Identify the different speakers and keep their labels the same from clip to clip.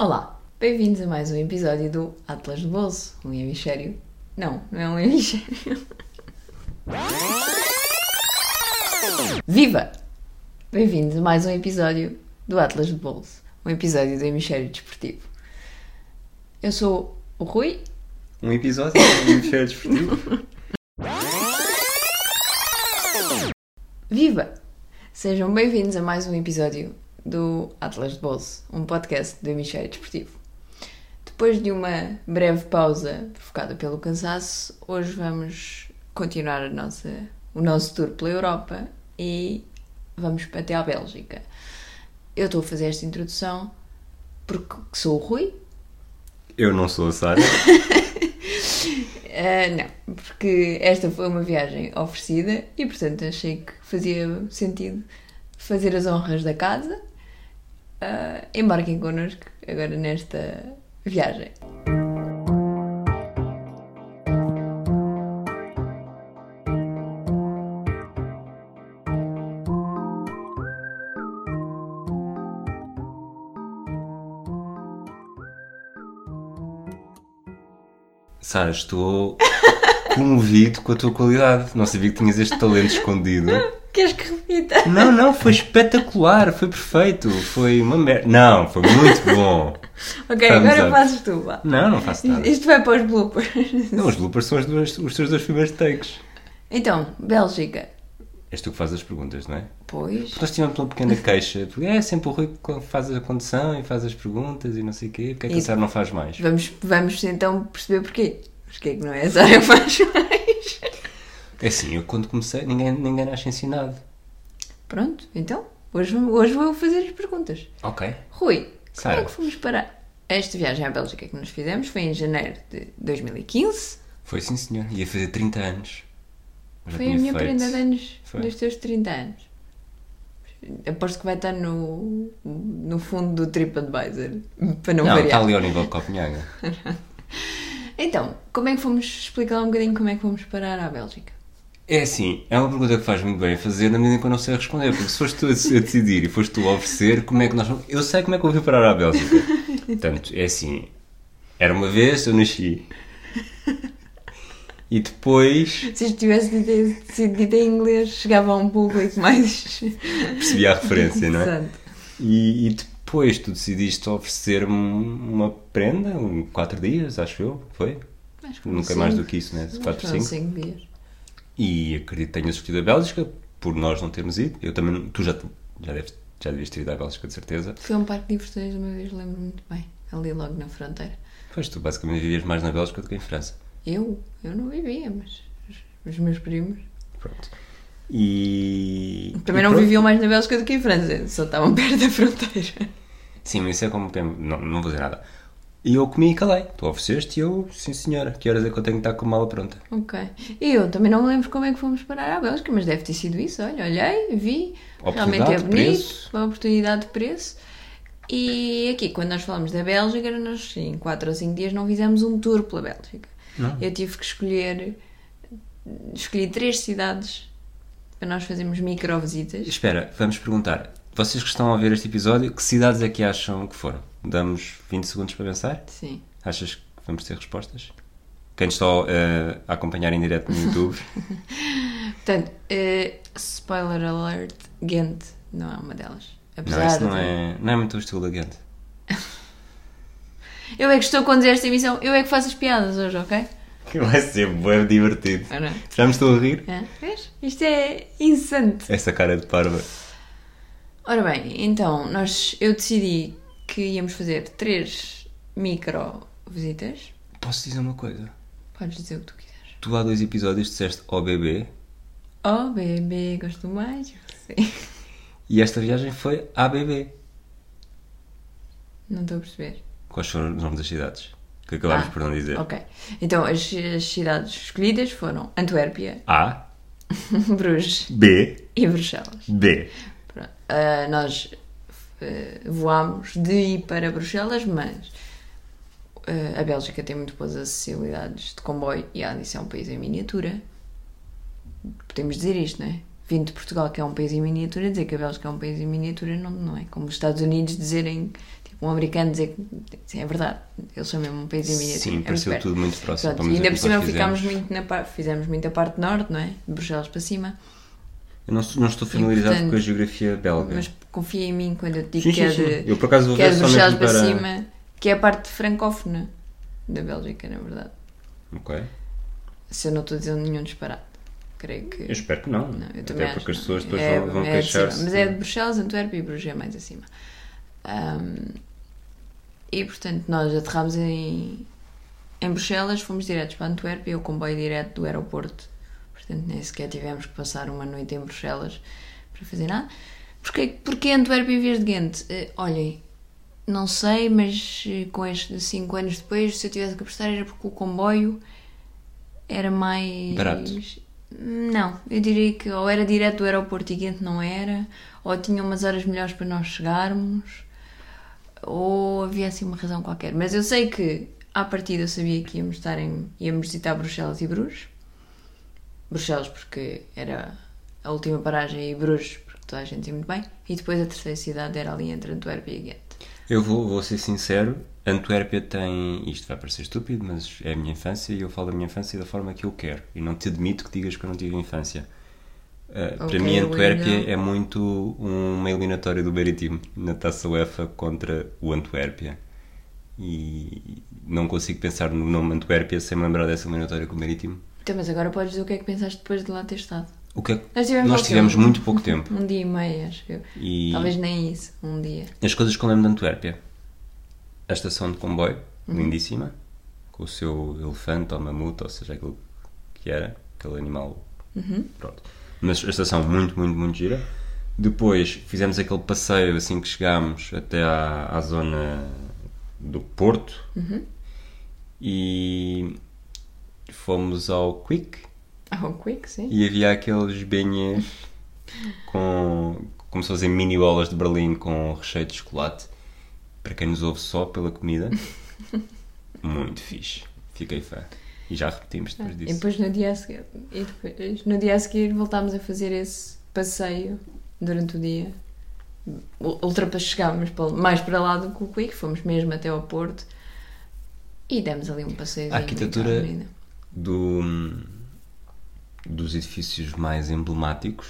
Speaker 1: Olá, bem-vindos a mais um episódio do Atlas do Bolso, um hemisfério. Não, não é um hemisfério. Viva! Bem-vindos a mais um episódio do Atlas do Bolso, um episódio do hemisfério desportivo. Eu sou o Rui
Speaker 2: Um episódio de um cheiro desportivo.
Speaker 1: Viva! Sejam bem-vindos a mais um episódio do Atlas de Bolso, um podcast do Hemisfério Desportivo. Depois de uma breve pausa provocada pelo cansaço, hoje vamos continuar a nossa, o nosso tour pela Europa e vamos até à Bélgica. Eu estou a fazer esta introdução porque sou o Rui.
Speaker 2: Eu não sou a Sara.
Speaker 1: Ah, não, porque esta foi uma viagem oferecida e, portanto, achei que fazia sentido fazer as honras da casa. Ah, embarquem connosco agora nesta viagem.
Speaker 2: Sara, estou comovido com a tua qualidade. Não sabia que tinhas este talento escondido.
Speaker 1: Queres que repita?
Speaker 2: Não, não, foi espetacular, foi perfeito, foi uma merda. Não, foi muito bom.
Speaker 1: Ok,
Speaker 2: Vamos
Speaker 1: agora
Speaker 2: lá. Tá
Speaker 1: fazes tu. vá.
Speaker 2: Não, não faço nada.
Speaker 1: Isto vai para os bloopers.
Speaker 2: Não, os bloopers são as duas- os teus dois primeiros takes.
Speaker 1: Então, Bélgica.
Speaker 2: És tu que fazes as perguntas, não é?
Speaker 1: Pois.
Speaker 2: Nós tivemos uma pequena queixa. porque É sempre o Rui que faz a condução e faz as perguntas e não sei o quê. Porque é que a
Speaker 1: Isso.
Speaker 2: Sara não faz mais?
Speaker 1: Vamos, vamos então perceber porquê. Porquê é que não é essa área mais mais?
Speaker 2: É assim, eu quando comecei, ninguém, ninguém nasce ensinado.
Speaker 1: Pronto, então, hoje, hoje vou fazer as perguntas.
Speaker 2: Ok.
Speaker 1: Rui,
Speaker 2: Sara.
Speaker 1: como é que fomos parar? Esta viagem à Bélgica que nos fizemos foi em janeiro de 2015.
Speaker 2: Foi sim, senhor. Ia fazer 30 anos. Já
Speaker 1: Foi a
Speaker 2: tinha
Speaker 1: minha
Speaker 2: feito.
Speaker 1: prenda de anos
Speaker 2: Foi.
Speaker 1: dos teus 30 anos. Aposto que vai estar no, no fundo do TripAdvisor, para não,
Speaker 2: Não, tá está
Speaker 1: variar.
Speaker 2: É um ali ao nível de Copenhaga.
Speaker 1: Então, como é que fomos explicar um bocadinho como é que fomos parar à Bélgica?
Speaker 2: É assim, é uma pergunta que faz muito bem a fazer na medida em que eu não sei responder, porque se foste tu a a decidir e foste tu a oferecer, como é que nós vamos- Eu sei como é que eu vim parar à Bélgica. Portanto, é assim, era uma vez, eu nasci. E depois
Speaker 1: Se isto tivesse dito- sido dito em inglês, chegava a um público mais
Speaker 2: percebi a referência, não é?
Speaker 1: interessante.
Speaker 2: E, e depois tu decidiste oferecer-me uma prenda, um- quatro dias, acho eu, foi?
Speaker 1: Acho que
Speaker 2: Nunca
Speaker 1: foram
Speaker 2: mais do
Speaker 1: cinco.
Speaker 2: que isso, né?
Speaker 1: Acho que
Speaker 2: Quatro,
Speaker 1: foram
Speaker 2: cinco.
Speaker 1: cinco dias.
Speaker 2: E acredito que tenhas escolhido a Bélgica, por nós não termos ido. Eu também, não- tu já, já, deves, já devias ter ido à Bélgica, de certeza.
Speaker 1: Foi um parque de diversões, uma vez lembro-me muito bem, ali logo na fronteira.
Speaker 2: Pois tu basicamente vivias mais na Bélgica do que em França.
Speaker 1: Eu? Eu não vivia, mas os- os meus primos.
Speaker 2: Pronto. E.
Speaker 1: Também
Speaker 2: e
Speaker 1: não um-
Speaker 2: pronto.
Speaker 1: viviam mais na Bélgica do que em França, só estavam perto da fronteira.
Speaker 2: Sim, mas isso é como. Tem, não, não vou dizer nada. E eu comi e calei. Tu ofereceste e eu, sim senhora, que horas é que eu tenho que estar com a mala pronta?
Speaker 1: Ok. E eu também não me lembro como é que fomos parar à Bélgica, mas deve ter sido isso. Olha, olhei, vi, realmente é
Speaker 2: Oportunidade,
Speaker 1: bonito,
Speaker 2: preço.
Speaker 1: uma oportunidade de preço. E aqui, quando nós falamos da Bélgica, nós em 4 ou 5 dias não fizemos um tour pela Bélgica.
Speaker 2: Não.
Speaker 1: Eu tive que escolher, escolhi três cidades para nós fazermos micro-visitas.
Speaker 2: Espera, vamos perguntar. Vocês que estão a ver este episódio, que cidades é que acham que foram? Damos 20 segundos para pensar?
Speaker 1: Sim.
Speaker 2: Achas que vamos ter respostas? Quem está eh, a acompanhar em direto no YouTube,
Speaker 1: Portanto, eh, spoiler alert, Ghent não é uma delas. Apesar
Speaker 2: não, isso não
Speaker 1: de-
Speaker 2: é, não é muito o estilo da gente.
Speaker 1: Eu é que estou a conduzir esta emissão, eu é que faço as piadas hoje, ok?
Speaker 2: Que vai ser bem divertido.
Speaker 1: Ora,
Speaker 2: Já me estou a rir?
Speaker 1: é, vês? Isto é incessante.
Speaker 2: Essa cara é de parva.
Speaker 1: Ora bem, então, nós, eu decidi que íamos fazer três micro visitas.
Speaker 2: Posso dizer uma coisa?
Speaker 1: Podes dizer o que tu quiseres.
Speaker 2: Tu há dois episódios disseste ao bebê
Speaker 1: Oh, bebê, gosto mais de você.
Speaker 2: e esta viagem foi à bebê.
Speaker 1: Não estou a perceber.
Speaker 2: Quais foram os nomes das cidades? Que acabámos
Speaker 1: Ah,
Speaker 2: por não dizer.
Speaker 1: Ok. Então, as, as cidades escolhidas foram Antuérpia,
Speaker 2: A,
Speaker 1: Bruges
Speaker 2: B,
Speaker 1: e Bruxelas.
Speaker 2: B.
Speaker 1: Pronto. Ah, nós eh, voámos de ir para Bruxelas, mas eh, a Bélgica tem muito boas acessibilidades de comboio e há de ser um país em miniatura. Podemos dizer isto, não é? Vindo de Portugal, que é um país em miniatura, dizer que a Bélgica é um país em miniatura não, não é como os Estados Unidos dizerem tipo, um americano dizer que sim, é verdade, eles são mesmo um país em miniatura. é
Speaker 2: Sim,
Speaker 1: muito
Speaker 2: pareceu
Speaker 1: perto.
Speaker 2: tudo muito próximo.
Speaker 1: Pronto,
Speaker 2: pelo
Speaker 1: e
Speaker 2: menos
Speaker 1: ainda
Speaker 2: é
Speaker 1: por
Speaker 2: o que nós
Speaker 1: cima ficámos
Speaker 2: fizemos.
Speaker 1: muito na parte, fizemos muito a parte norte, não é? De Bruxelas para cima.
Speaker 2: Eu não, sou- não estou familiarizado
Speaker 1: portanto,
Speaker 2: com a geografia belga.
Speaker 1: Mas confia em mim quando eu te digo
Speaker 2: Sim,
Speaker 1: que
Speaker 2: sim,
Speaker 1: é
Speaker 2: sim.
Speaker 1: de,
Speaker 2: Eu, por acaso, vou
Speaker 1: que é
Speaker 2: ver
Speaker 1: de
Speaker 2: só mesmo
Speaker 1: Bruxelas para,
Speaker 2: para-
Speaker 1: cima, que é a parte francófona da Bélgica, na verdade.
Speaker 2: Ok.
Speaker 1: Se eu não estou dizendo nenhum disparate, creio que.
Speaker 2: Eu espero que não.
Speaker 1: Não, eu
Speaker 2: Até
Speaker 1: também acho
Speaker 2: porque as
Speaker 1: que
Speaker 2: pessoas
Speaker 1: não.
Speaker 2: depois
Speaker 1: É-
Speaker 2: vão, vão
Speaker 1: é de cima.
Speaker 2: queixar-se.
Speaker 1: Mas é de Bruxelas, Antuérpia e Bruges é mais acima. Ahm, e portanto, nós aterramos em, em Bruxelas, fomos diretos para Antuérpia, o comboio direto do aeroporto. Portanto, nem sequer tivemos que passar uma noite em Bruxelas para fazer nada. Porquê, porquê Antuérpia em vez de Ghent? Eh, olhem, não sei, mas eh, com estes 5 anos depois, se eu tivesse que apostar era porque o comboio era mais.
Speaker 2: Barato.
Speaker 1: Não, eu diria que ou era direto do aeroporto e Ghent não era, ou tinha umas horas melhores para nós chegarmos, ou havia assim uma razão qualquer. Mas eu sei que, à partida, eu sabia que íamos, estar em, íamos visitar Bruxelas e Bruges. Bruxelas, porque era a última paragem, e Bruges, porque toda a gente ia muito bem. E depois a terceira cidade era ali entre Antuérpia e Ghent.
Speaker 2: Eu vou, vou ser sincero, Antuérpia tem. Isto vai parecer estúpido, mas é a minha infância e eu falo da minha infância da forma que eu quero. E não te admito que digas que eu não tive infância. Ah,
Speaker 1: Ok,
Speaker 2: para mim,
Speaker 1: eu
Speaker 2: Antuérpia
Speaker 1: ainda-
Speaker 2: é muito uma eliminatória do Berítimo na taça UEFA contra o Antuérpia. E não consigo pensar no nome Antuérpia sem me lembrar dessa eliminatória com o Berítimo.
Speaker 1: Então, mas agora podes dizer o que é que pensaste depois de lá ter estado.
Speaker 2: O que é que-
Speaker 1: Nós tivemos
Speaker 2: Nós
Speaker 1: pouco
Speaker 2: tivemos
Speaker 1: tempo.
Speaker 2: muito pouco tempo.
Speaker 1: Um dia e meio, acho eu.
Speaker 2: E-
Speaker 1: Talvez nem isso, um dia.
Speaker 2: As coisas que eu lembro de Antuérpia. A estação de comboio, lindíssima, com o seu elefante ou mamute, ou seja, aquilo que era, aquele animal. Pronto. Mas a estação muito, muito, muito gira. Depois fizemos aquele passeio assim que chegámos até à, à zona do Porto e fomos ao Quick
Speaker 1: Ah, o Quick, sim.
Speaker 2: e havia aqueles benhas com. como se fossem mini bolas de Berlim com recheio de chocolate. Para quem nos ouve só pela comida, muito fixe. Fiquei fã. E já repetimos
Speaker 1: Ah,
Speaker 2: depois
Speaker 1: E
Speaker 2: disso.
Speaker 1: depois no dia a seguir, e depois, no dia a seguir voltámos a fazer esse passeio durante o dia. U- Ultrapassámos pelo- mais para lá do que o Quick, fomos mesmo até ao Porto e demos ali um passeio.
Speaker 2: A arquitetura- Do, dos edifícios mais emblemáticos,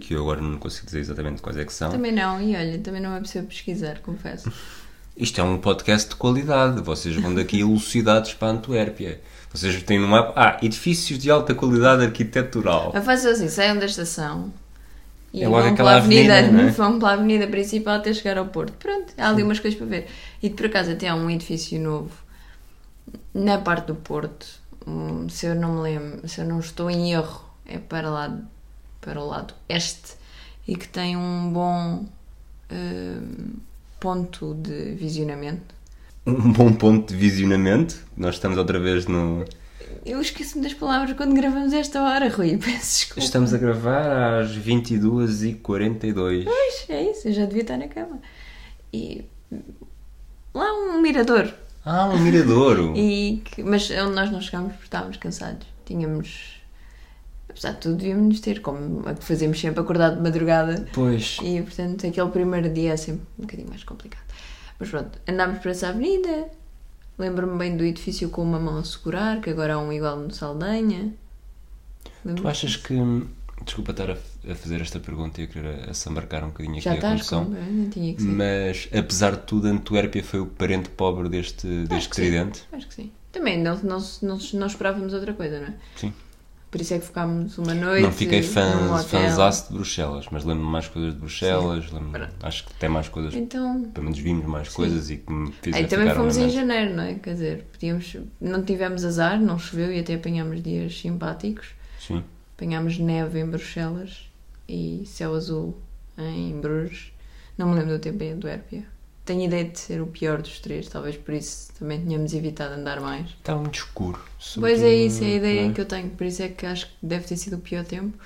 Speaker 2: que eu agora não consigo dizer exatamente quais é que são.
Speaker 1: Também não, e olha, também não é preciso pesquisar, confesso.
Speaker 2: Isto é um podcast de qualidade. Vocês vão daqui elucidados para a Antuérpia. Vocês têm no mapa. Ah, edifícios de alta qualidade arquitetural.
Speaker 1: Mas façam assim, saiam da estação e
Speaker 2: É logo
Speaker 1: vão,
Speaker 2: aquela
Speaker 1: pela avenida,
Speaker 2: avenida, não é?
Speaker 1: vão pela avenida principal até chegar ao Porto. Pronto, há ali umas coisas para ver. E de por acaso até há um edifício novo na parte do Porto. Hum, Se eu não me lembro, se eu não estou em erro, é para lá para o lado este e que tem um bom hum, ponto de visionamento.
Speaker 2: um bom ponto de visionamento. Nós estamos outra vez no.
Speaker 1: Eu esqueço-me das palavras quando gravamos esta hora, Rui. Peço desculpa.
Speaker 2: Estamos a gravar às 22h42.
Speaker 1: Pois, é isso, eu já devia estar na cama. E lá um mirador.
Speaker 2: Ah, um miradouro!
Speaker 1: E que- mas onde nós não chegámos porque estávamos cansados. Tínhamos. Apesar de tudo, devíamos ter, como a que fazemos sempre, acordar de madrugada.
Speaker 2: Pois.
Speaker 1: E portanto, aquele primeiro dia é sempre um bocadinho mais complicado. Mas pronto, andámos por essa avenida. Lembro-me bem do edifício com uma mão a segurar, que agora há um igual no Saldanha.
Speaker 2: Tu
Speaker 1: Lembro-
Speaker 2: achas que. Desculpa estar a, a fazer esta pergunta e a querer assambarcar um bocadinho aqui
Speaker 1: Já
Speaker 2: a
Speaker 1: estás com.
Speaker 2: condução.
Speaker 1: Não tinha que ser.
Speaker 2: Mas, apesar de tudo, Antuérpia foi o parente pobre deste,
Speaker 1: Acho
Speaker 2: deste
Speaker 1: que Ah, sim,
Speaker 2: tridente.
Speaker 1: Acho que sim. Também não, não, não, não esperávamos outra coisa, não é?
Speaker 2: Sim.
Speaker 1: Por isso é que ficámos uma noite.
Speaker 2: Não fiquei
Speaker 1: num
Speaker 2: fãs,
Speaker 1: hotel.
Speaker 2: fãzaço de Bruxelas, mas lembro-me mais coisas de Bruxelas. Lembro,
Speaker 1: Pronto.
Speaker 2: acho que tem mais coisas.
Speaker 1: Então.
Speaker 2: Pelo menos vimos mais coisas e que me fizeram
Speaker 1: Aí também
Speaker 2: ficar
Speaker 1: fomos
Speaker 2: na
Speaker 1: em
Speaker 2: mente.
Speaker 1: janeiro, não é? Quer dizer, podíamos. Não tivemos azar, não choveu e até apanhámos dias simpáticos.
Speaker 2: Sim.
Speaker 1: Apanhámos neve em Bruxelas e céu azul em Bruges. Não me lembro do tempo em Antuérpia. Tenho ideia de ser o pior dos três, talvez por isso também tínhamos evitado andar mais.
Speaker 2: Estava Tá muito escuro.
Speaker 1: Pois é isso, é a
Speaker 2: sobretudo,
Speaker 1: ideia
Speaker 2: não é?
Speaker 1: que eu tenho, por isso é que acho que deve ter sido o pior tempo.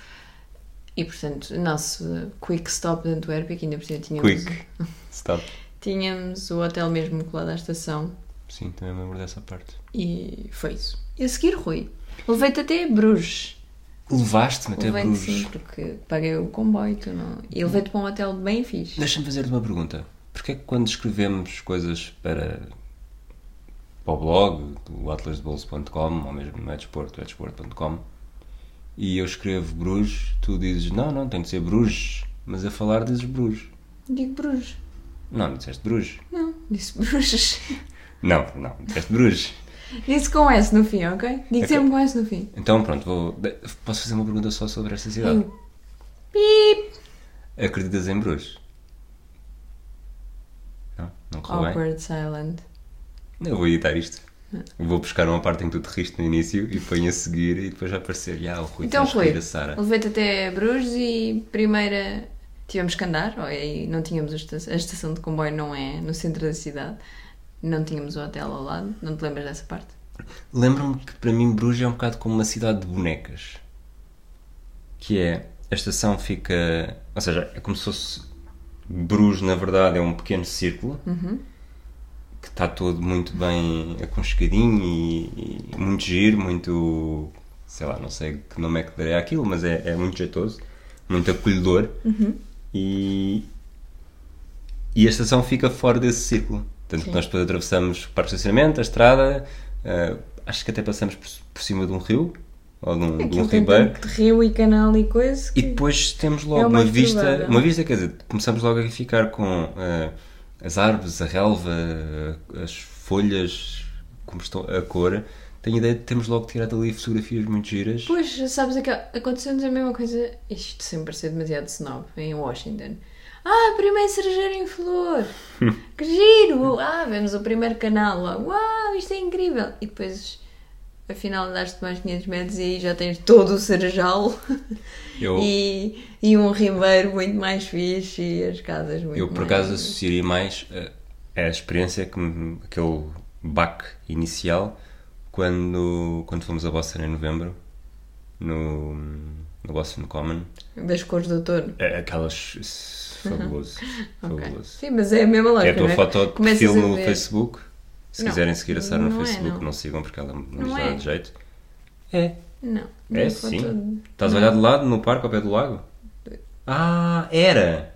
Speaker 1: E portanto, nosso uh, quick stop de Antuérpia, que ainda por cima tínhamos,
Speaker 2: Quick. Stop.
Speaker 1: tínhamos o hotel mesmo colado à estação
Speaker 2: Sim, também me lembro dessa parte.
Speaker 1: e foi isso. E a seguir, Rui, levei-te até Bruges.
Speaker 2: Levaste-me até
Speaker 1: Levei-te
Speaker 2: Bruges.
Speaker 1: sim, porque paguei o comboio tu não... e levei-te para um hotel bem fixe.
Speaker 2: Deixa-me fazer-te uma pergunta. Porque é que quando escrevemos coisas para, para o blog, o atlasdebolso.com, ou mesmo no desporto, desporto.com, e eu escrevo Bruges, tu dizes, não, não, tem de ser Bruges, mas a falar dizes Bruges.
Speaker 1: Digo Bruges.
Speaker 2: Não, não disseste Bruges.
Speaker 1: Não, disse Bruges.
Speaker 2: Não, não, disseste Bruges.
Speaker 1: disse com S no fim, ok? Digo
Speaker 2: Ok.
Speaker 1: sempre com S no fim.
Speaker 2: Então, pronto, vou, de- posso fazer uma pergunta só sobre esta cidade?
Speaker 1: Sim. Pip!
Speaker 2: Acreditas em Bruges? Não? Não correu bem?
Speaker 1: Awkward É. silent.
Speaker 2: Eu vou editar isto. Vou buscar uma parte em que tu te riste no início e ponho a seguir e depois vai aparecer. Ah, o Rui
Speaker 1: Então,
Speaker 2: tens que
Speaker 1: Rui,
Speaker 2: rir a Sara.
Speaker 1: levei-te até Bruges e primeira tivemos que andar, ó, e não tínhamos a esta- a estação de comboio, não é no centro da cidade, não tínhamos o hotel ao lado, não te lembras dessa parte?
Speaker 2: Lembro-me que para mim Bruges é um bocado como uma cidade de bonecas. Que é, a estação fica. Ou seja, é como se fosse. Bruges, na verdade, é um pequeno círculo
Speaker 1: Uhum.
Speaker 2: que está todo muito bem aconchegadinho e, e muito giro, muito. sei lá, não sei que nome é que darei àquilo, mas é, é muito jeitoso, muito acolhedor.
Speaker 1: Uhum.
Speaker 2: E, e a estação fica fora desse círculo. Portanto,
Speaker 1: Sim.
Speaker 2: nós depois atravessamos para o estacionamento, a estrada, ah, acho que até passamos por, por cima de um rio, ou de um, de um
Speaker 1: Aquilo tem
Speaker 2: ribeiro.
Speaker 1: tanto rio e canal e coisa
Speaker 2: E
Speaker 1: que...
Speaker 2: depois temos logo
Speaker 1: É o
Speaker 2: uma
Speaker 1: mais
Speaker 2: vista,
Speaker 1: provável.
Speaker 2: uma vista, quer dizer, começamos logo a ficar com ah, as árvores, a relva, ah, as folhas, como estão, a cor. Tenho ideia de termos logo tirado ali fotografias muito giras.
Speaker 1: Pois, sabes, aquela- aconteceu-nos a mesma coisa, isto sempre parecer demasiado snob, em Washington. Ah, primeiro cerejeiro em flor! Que giro! Ah, vemos o primeiro canal logo. Uau, isto é incrível! E depois, afinal, andaste mais 500 metros e aí já tens todo o cerejal.
Speaker 2: Eu-
Speaker 1: E, e um ribeiro muito mais fixe e as casas muito
Speaker 2: Eu, por
Speaker 1: mais-
Speaker 2: acaso, associaria mais a, a experiência, que me- aquele baque inicial, quando, quando fomos a Boston em novembro, no, no Boston Common.
Speaker 1: Das cores do outono.
Speaker 2: É, Aquelas. Fabuloso.
Speaker 1: Ok.
Speaker 2: Fabuloso.
Speaker 1: Sim, mas é a mesma
Speaker 2: É
Speaker 1: lógica,
Speaker 2: a tua
Speaker 1: não
Speaker 2: foto de
Speaker 1: Começas
Speaker 2: perfil
Speaker 1: a
Speaker 2: no
Speaker 1: ver.
Speaker 2: Facebook. Se
Speaker 1: Não,
Speaker 2: quiserem seguir a Sara no
Speaker 1: não é,
Speaker 2: Facebook,
Speaker 1: não.
Speaker 2: não. sigam porque ela não
Speaker 1: Não
Speaker 2: nos dá
Speaker 1: é.
Speaker 2: de jeito. É.
Speaker 1: Não.
Speaker 2: É
Speaker 1: uma foto
Speaker 2: sim.
Speaker 1: de-
Speaker 2: Estás a olhar de lado no parque ao pé do lago? Ah, era!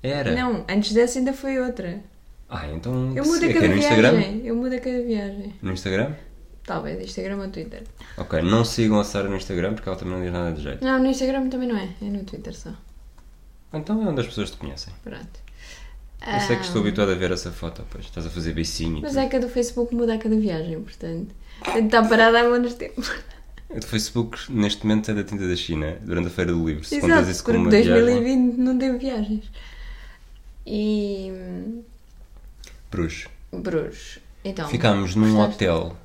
Speaker 2: Era!
Speaker 1: Não, antes dessa ainda foi outra.
Speaker 2: Ah, então.
Speaker 1: Eu
Speaker 2: se-
Speaker 1: mudo a
Speaker 2: é que
Speaker 1: cada
Speaker 2: é no Instagram?
Speaker 1: viagem. Eu mudo a cada viagem.
Speaker 2: No Instagram?
Speaker 1: Talvez, Instagram ou Twitter.
Speaker 2: Ok, não sigam a Sara no Instagram porque ela também não diz nada de jeito.
Speaker 1: Não, no Instagram também não é. É no Twitter só.
Speaker 2: Então é onde as pessoas te conhecem.
Speaker 1: Pronto.
Speaker 2: Eu sei que estou habituado a ver essa foto, pois. Estás a fazer beicinho. e
Speaker 1: Ah. Mas
Speaker 2: tudo.
Speaker 1: é que a do Facebook muda a cada viagem, portanto. Portanto, Está parada há menos tempo.
Speaker 2: A do Facebook, neste momento, é da tinta da China, durante a Feira do Livro. Se contas
Speaker 1: Exato,
Speaker 2: isso como
Speaker 1: porque
Speaker 2: uma
Speaker 1: 2020
Speaker 2: viagem.
Speaker 1: não teve viagens. E.
Speaker 2: Bruxo.
Speaker 1: Bruges. Então.
Speaker 2: Ficámos num
Speaker 1: gostaste?
Speaker 2: hotel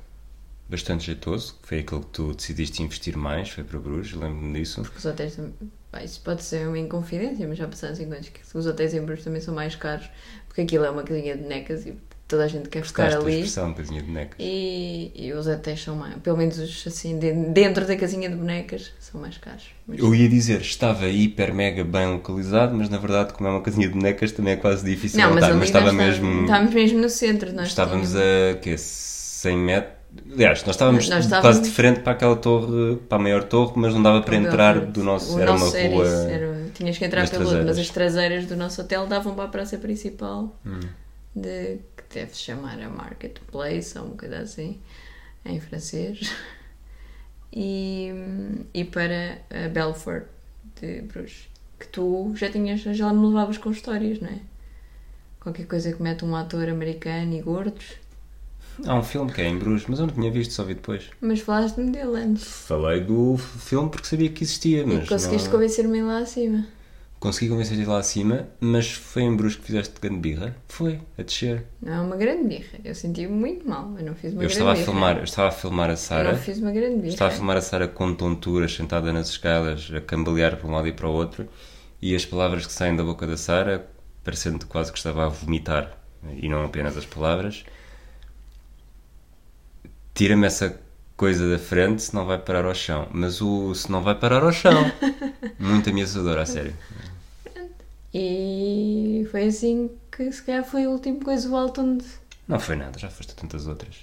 Speaker 2: bastante jeitoso, que foi aquele que tu decidiste investir mais, foi para Bruges, lembro-me disso.
Speaker 1: Os hotéis também. pá, Isso pode ser uma inconfidência, mas já passaram 5 anos que os hotéis em Bruges também são mais caros, porque aquilo é uma casinha de bonecas e toda a gente quer ficar
Speaker 2: Gostaste da
Speaker 1: ali.
Speaker 2: expressão, casinha de boneca.
Speaker 1: E, e os hotéis são mais. Pelo menos os assim, de- dentro da casinha de bonecas, são mais caros. Mas-
Speaker 2: Eu ia dizer, estava hiper mega bem localizado, mas na verdade, como é uma casinha de bonecas, também é quase difícil
Speaker 1: não, mas
Speaker 2: voltar.
Speaker 1: ali
Speaker 2: Mas estava
Speaker 1: nós tá-
Speaker 2: mesmo.
Speaker 1: Estávamos mesmo no centro. Nós
Speaker 2: Estávamos
Speaker 1: tínhamos-
Speaker 2: a quê? 100 metros. Aliás, nós estávamos,
Speaker 1: Nós
Speaker 2: quase
Speaker 1: estávamos-
Speaker 2: de frente para aquela torre, para a maior torre, mas não dava para entrar do nosso.
Speaker 1: O
Speaker 2: Era
Speaker 1: nosso
Speaker 2: uma
Speaker 1: era
Speaker 2: rua.
Speaker 1: isso, era- tinhas que entrar
Speaker 2: nas
Speaker 1: pelo outro, mas
Speaker 2: traseiras.
Speaker 1: as traseiras do nosso hotel davam para a praça principal,
Speaker 2: Hum.
Speaker 1: de, que deve se chamar a Marketplace ou uma coisa assim, em francês, e, e para a Belfort de Bruges, que tu já tinhas, já me levavas com histórias, não é? Qualquer coisa que mete um ator americano e gordos,
Speaker 2: Há um filme que é em Bruges, mas eu não tinha visto, só vi depois.
Speaker 1: mas falaste-me dele antes.
Speaker 2: Falei do f- filme porque sabia que existia, mas.
Speaker 1: e conseguiste
Speaker 2: não-
Speaker 1: convencer-me lá acima.
Speaker 2: Consegui convencer-te lá acima, mas foi em Bruges que fizeste grande birra? Foi, a descer.
Speaker 1: Não é uma grande birra. Eu senti-me muito mal. Eu não fiz uma
Speaker 2: eu
Speaker 1: grande
Speaker 2: estava a
Speaker 1: birra.
Speaker 2: filmar, eu estava a filmar a
Speaker 1: Eu não
Speaker 2: Sara.
Speaker 1: fiz uma grande birra.
Speaker 2: Estava a filmar a Sara com tonturas, sentada nas escadas, a cambalear para um lado e para o outro, e as palavras que saem da boca da Sara, parecendo quase que estava a vomitar, e não apenas as palavras. Tira-me essa coisa da frente, se não vai parar ao chão. Mas o se não vai parar ao chão, muito ameaçador, a sério.
Speaker 1: E foi assim que se calhar foi o último coisa o Alton de...
Speaker 2: Não foi nada, já foste a tantas outras.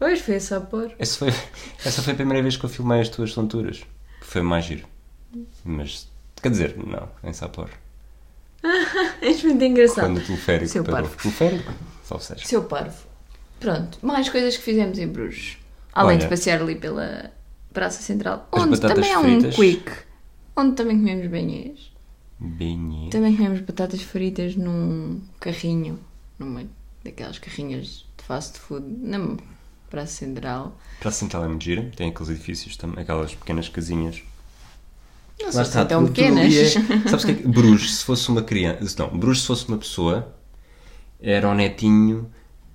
Speaker 1: Hoje foi só pôr.
Speaker 2: Essa foi, essa foi a primeira vez que eu filmei as tuas tonturas. que Foi mais giro. Mas, quer dizer, não, em Sapor.
Speaker 1: És muito engraçado.
Speaker 2: Quando o teleférico
Speaker 1: Seu
Speaker 2: parou.
Speaker 1: parvo.
Speaker 2: Teleférico? Só seja.
Speaker 1: Seu parvo. Pronto, mais coisas que fizemos em Bruges. Além
Speaker 2: Olha.
Speaker 1: de passear ali pela Praça Central,
Speaker 2: As
Speaker 1: onde
Speaker 2: batatas
Speaker 1: também há um
Speaker 2: fritas.
Speaker 1: quick, onde também comemos banhês.
Speaker 2: Bem.
Speaker 1: Também comemos batatas fritas num carrinho, numa daquelas carrinhas de fast food, na Praça Central.
Speaker 2: Praça Central é muito gira. Tem aqueles edifícios, tam- aquelas pequenas casinhas.
Speaker 1: Não
Speaker 2: Lá
Speaker 1: sei se
Speaker 2: está,
Speaker 1: são assim tão
Speaker 2: tudo- tudo
Speaker 1: pequenas.
Speaker 2: ali é- Sabes o que é que... Bruges, se fosse uma criança... Não, Bruges, se fosse uma pessoa, era o netinho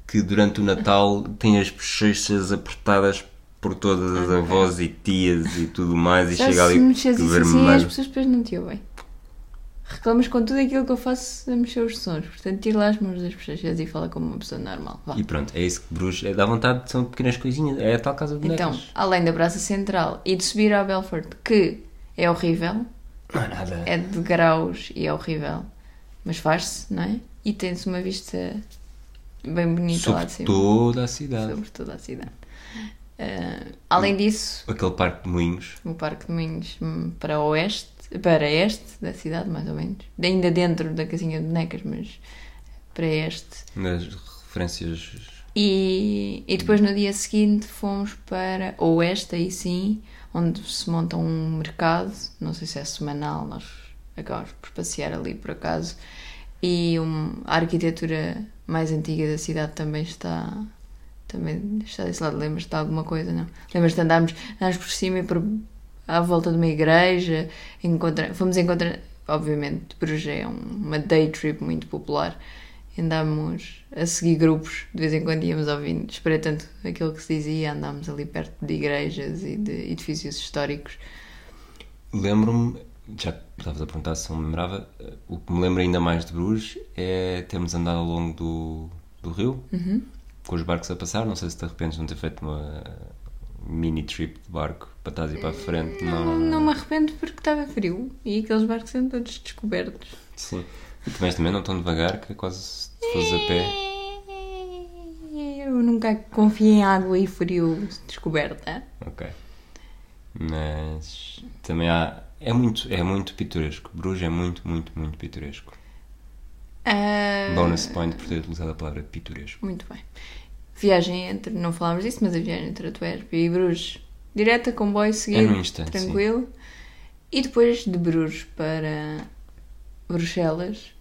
Speaker 2: que durante o Natal tem as bochechas apertadas por todas as avós e tias e tudo mais
Speaker 1: Ah,
Speaker 2: e
Speaker 1: é? Já
Speaker 2: chega
Speaker 1: se
Speaker 2: ali
Speaker 1: mexes isso assim, as
Speaker 2: vermelho.
Speaker 1: pessoas depois não te ouvem. Reclamas com tudo aquilo que eu faço a mexer os sons. Portanto, tira lá as mãos das bochechas e fala como uma pessoa normal. Vá.
Speaker 2: E pronto, é isso que Bruges... é- Dá vontade, são pequenas coisinhas. É a tal casa de bonecas.
Speaker 1: Então, além da Praça Central e de subir ao Belfort, que é horrível,
Speaker 2: Não é nada.
Speaker 1: é de graus e é horrível, mas faz-se, não é? E tem-se uma vista bem bonita assim, tá lá de
Speaker 2: Sobre
Speaker 1: cima,
Speaker 2: toda a cidade.
Speaker 1: sobre toda a cidade. Ah, além disso,
Speaker 2: Aquele parque de moinhos.
Speaker 1: o Parque de Moinhos hum, para oeste, para este da cidade, mais ou menos, ainda dentro da casinha de bonecas, mas para este.
Speaker 2: Nas referências.
Speaker 1: E, e depois no dia seguinte fomos para Oeste, aí sim, onde se monta um mercado, não sei se é semanal, nós acabamos por passear ali por acaso, e um- a arquitetura mais antiga da cidade também está também está desse lado, lembras-te de alguma coisa, não? Lembras-te de andarmos, andarmos por cima e por, à volta de uma igreja, encontra, fomos encontrar, obviamente, Bruges é um- uma day trip muito popular, andámos a seguir grupos, de vez em quando íamos ouvindo, esperei tanto aquilo que se dizia, andámos ali perto de igrejas e de edifícios históricos.
Speaker 2: Lembro-me, já que estavas a perguntar se eu me lembrava, eh, o que me lembro ainda mais de Bruges é termos andado ao longo do, do rio,
Speaker 1: Uhum.
Speaker 2: com os barcos a passar. Não sei se de repente não ter feito uma mini trip de barco para trás e para a frente.
Speaker 1: Não, não me arrependo porque estava frio e aqueles barcos eram todos descobertos.
Speaker 2: Sim. E também, também não tão devagar que é quase se fores a pé.
Speaker 1: Eu nunca confiei em água e frio descoberta.
Speaker 2: Ok. Mas também há. É muito, é muito pitoresco. Bruges é muito, muito, muito pitoresco.
Speaker 1: Ah,
Speaker 2: Bonus point por ter utilizado a palavra pitoresco.
Speaker 1: Muito bem. Viagem entre, não falámos disso, mas a viagem entre Antuérpia e Bruges. Direta, comboio, seguido,
Speaker 2: num instante,
Speaker 1: tranquilo. E depois de Bruges para Bruxelas,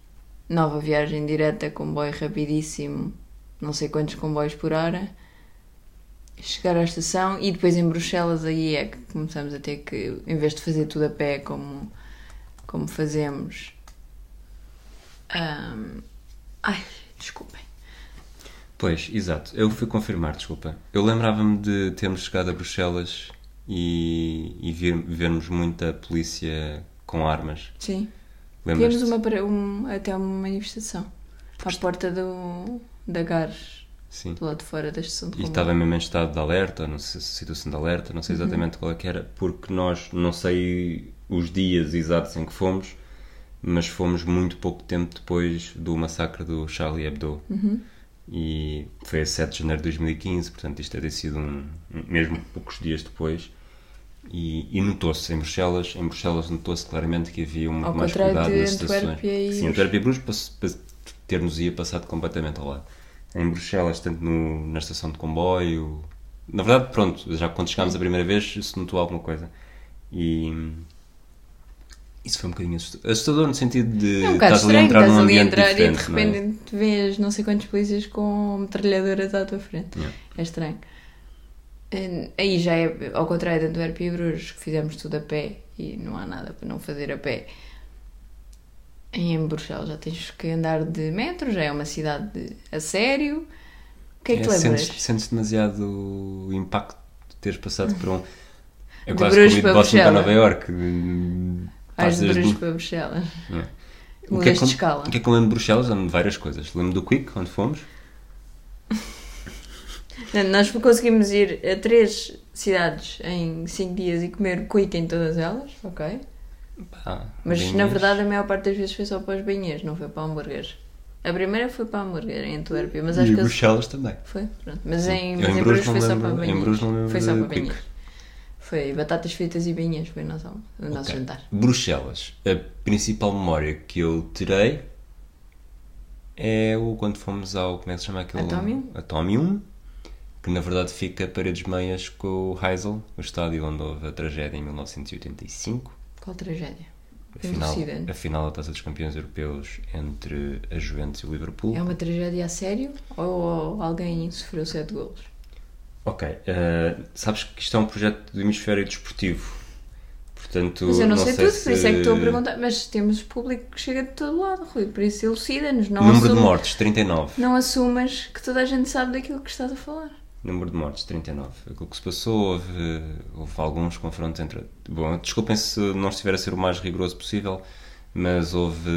Speaker 1: nova viagem direta, comboio rapidíssimo, não sei quantos comboios por hora. Chegar à estação e depois em Bruxelas aí é que começamos a ter que, em vez de fazer tudo a pé como, como fazemos... ahm, ai, desculpem.
Speaker 2: Pois, exato. Eu fui confirmar, desculpa. Eu lembrava-me de termos chegado a Bruxelas e, e ver- vermos muita polícia com armas.
Speaker 1: Sim.
Speaker 2: Lembras?
Speaker 1: Tivemos uma, para- um- até uma manifestação à porta do, da Gares,
Speaker 2: Sim.
Speaker 1: do lado de fora da estação de
Speaker 2: E
Speaker 1: comboio.
Speaker 2: estava mesmo em estado de alerta, não sei se situação de alerta, não sei exatamente qual é que era, porque nós não sei os dias exatos em que fomos, mas fomos muito pouco tempo depois do massacre do Charlie Hebdo. E foi a 7 de janeiro de 2015, portanto isto deve ter sido um, um- mesmo poucos dias depois. E, e notou-se em Bruxelas, em Bruxelas notou-se claramente que havia muito
Speaker 1: Ao
Speaker 2: mais
Speaker 1: contrário
Speaker 2: cuidado
Speaker 1: de
Speaker 2: nas estações.
Speaker 1: Antuérpia e
Speaker 2: Sim, Antuérpia e Bruges pass- pass- ter-nos ia passado completamente ao lado. Em Bruxelas, tanto no- na estação de comboio. Na verdade, pronto, já quando chegámos a primeira vez se notou alguma coisa. E hum, isso foi um bocadinho assustador. Assustador no sentido de
Speaker 1: É um bocado
Speaker 2: estás ali a
Speaker 1: estranho,
Speaker 2: entrar
Speaker 1: estás ali
Speaker 2: num
Speaker 1: a
Speaker 2: ambiente
Speaker 1: entrar e de
Speaker 2: diferente. não é?
Speaker 1: repente vês não sei quantos polícias com metralhadoras à tua frente.
Speaker 2: Yeah.
Speaker 1: É estranho. Eh, Aí já é, ao contrário de Antuérpia e Bruges, que fizemos tudo a pé e não há nada para não fazer a pé. Em Bruxelas já tens que andar de metro, já é uma cidade de- a sério. O que é que te
Speaker 2: É,
Speaker 1: lembras?
Speaker 2: sentes, sentes demasiado o impacto de teres passado por um. É
Speaker 1: De
Speaker 2: quase
Speaker 1: Bruges
Speaker 2: como ir de
Speaker 1: para
Speaker 2: Boston para
Speaker 1: Bruxelas.
Speaker 2: Nova York.
Speaker 1: Vais de Bruges para Bruxelas.
Speaker 2: O que, é
Speaker 1: Mudas
Speaker 2: que,
Speaker 1: de escala.
Speaker 2: o que é que eu lembro de Bruxelas? Lembro de várias coisas. Lembro do Quick, onde fomos. é
Speaker 1: Portanto, Nós conseguimos ir a três cidades em cinco dias e comer quick em todas elas, ok?
Speaker 2: Ah,
Speaker 1: Mas
Speaker 2: bem
Speaker 1: na
Speaker 2: nisso.
Speaker 1: verdade a maior parte das vezes foi só para os banheiros, não foi para hambúrgueres. A primeira foi para hambúrguer em Antuérpia, mas acho
Speaker 2: e
Speaker 1: que eles-
Speaker 2: Bruxelas também.
Speaker 1: foi, pronto. Mas
Speaker 2: Sim.
Speaker 1: em,
Speaker 2: Eu
Speaker 1: mas
Speaker 2: em
Speaker 1: em
Speaker 2: Bruges
Speaker 1: Bruges
Speaker 2: não
Speaker 1: foi só
Speaker 2: lembro-
Speaker 1: para
Speaker 2: em
Speaker 1: banheiros.
Speaker 2: Bruges não lembro
Speaker 1: Foi só
Speaker 2: de
Speaker 1: para
Speaker 2: quick.
Speaker 1: banheiros. Foi batatas fritas e bainhas, foi o nosso, o nosso
Speaker 2: Ok.
Speaker 1: jantar.
Speaker 2: Bruxelas. A principal memória que eu terei é o quando fomos ao. Como é que se chama aquele?
Speaker 1: Atomium?
Speaker 2: Atomium, Que na verdade fica a paredes meias com o Heysel, o estádio onde houve a tragédia em 1985.
Speaker 1: Qual tragédia?
Speaker 2: A final,
Speaker 1: Inocida.
Speaker 2: a final da Taça dos Campeões Europeus entre a Juventus e o Liverpool.
Speaker 1: É uma tragédia a sério ou alguém sofreu sete golos?
Speaker 2: Ok, eh, sabes que isto é um projeto do hemisfério desportivo. Portanto,
Speaker 1: Mas eu não, sei, tudo, por isso é que estou a
Speaker 2: se-
Speaker 1: perguntar. Mas temos público que chega de todo lado, Rui, por isso elucida-nos. Não,
Speaker 2: Número de
Speaker 1: assuma-
Speaker 2: mortes, 39.
Speaker 1: não assumas que toda a gente sabe daquilo que estás a falar.
Speaker 2: Número de mortes, 39. Aquilo que se passou, houve, houve alguns confrontos entre. Bom, desculpem se não estiver a ser o mais rigoroso possível, mas houve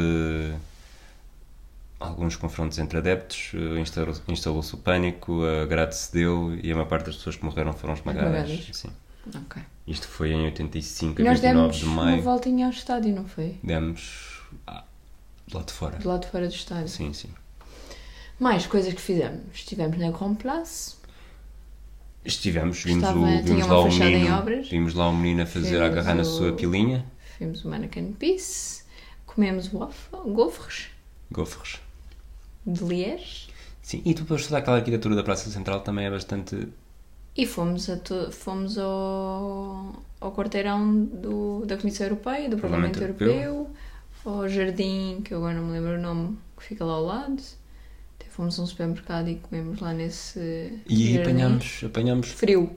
Speaker 2: alguns confrontos entre adeptos, eh, instaurou- instalou-se o pânico, a grade cedeu e a maior parte das pessoas que morreram foram esmagadas.
Speaker 1: Esmagadas.
Speaker 2: Sim.
Speaker 1: Ok.
Speaker 2: Isto foi em 85, a
Speaker 1: Nós
Speaker 2: 29
Speaker 1: demos
Speaker 2: de
Speaker 1: uma
Speaker 2: maio.
Speaker 1: voltinha ao estádio, não foi?
Speaker 2: Demos. ah, lá de fora.
Speaker 1: Do lado de fora do estádio.
Speaker 2: Sim, sim.
Speaker 1: Mais coisas que fizemos. Estivemos na Complace.
Speaker 2: Estivemos, vimos,
Speaker 1: Estava-
Speaker 2: o,
Speaker 1: tinha
Speaker 2: vimos
Speaker 1: uma
Speaker 2: lá o
Speaker 1: fachada em
Speaker 2: menino.
Speaker 1: obras.
Speaker 2: Vimos lá o menino a fazer, a
Speaker 1: Fizemos
Speaker 2: agarrar na
Speaker 1: o-
Speaker 2: sua pilinha.
Speaker 1: Fomos o Mannequin Peace. Comemos waffle, gofres
Speaker 2: Gofres.
Speaker 1: de Liège.
Speaker 2: Sim, e depois toda aquela arquitetura da Praça Central também é bastante.
Speaker 1: E fomos, a to- fomos ao, ao quarteirão do- da Comissão Europeia, do
Speaker 2: Parlamento
Speaker 1: Parlamento Europeu, ao jardim, que eu agora não me lembro o nome, que fica lá ao lado. Até fomos a um supermercado e comemos lá nesse.
Speaker 2: E
Speaker 1: jardim.
Speaker 2: apanhámos, apanhámos
Speaker 1: Frio.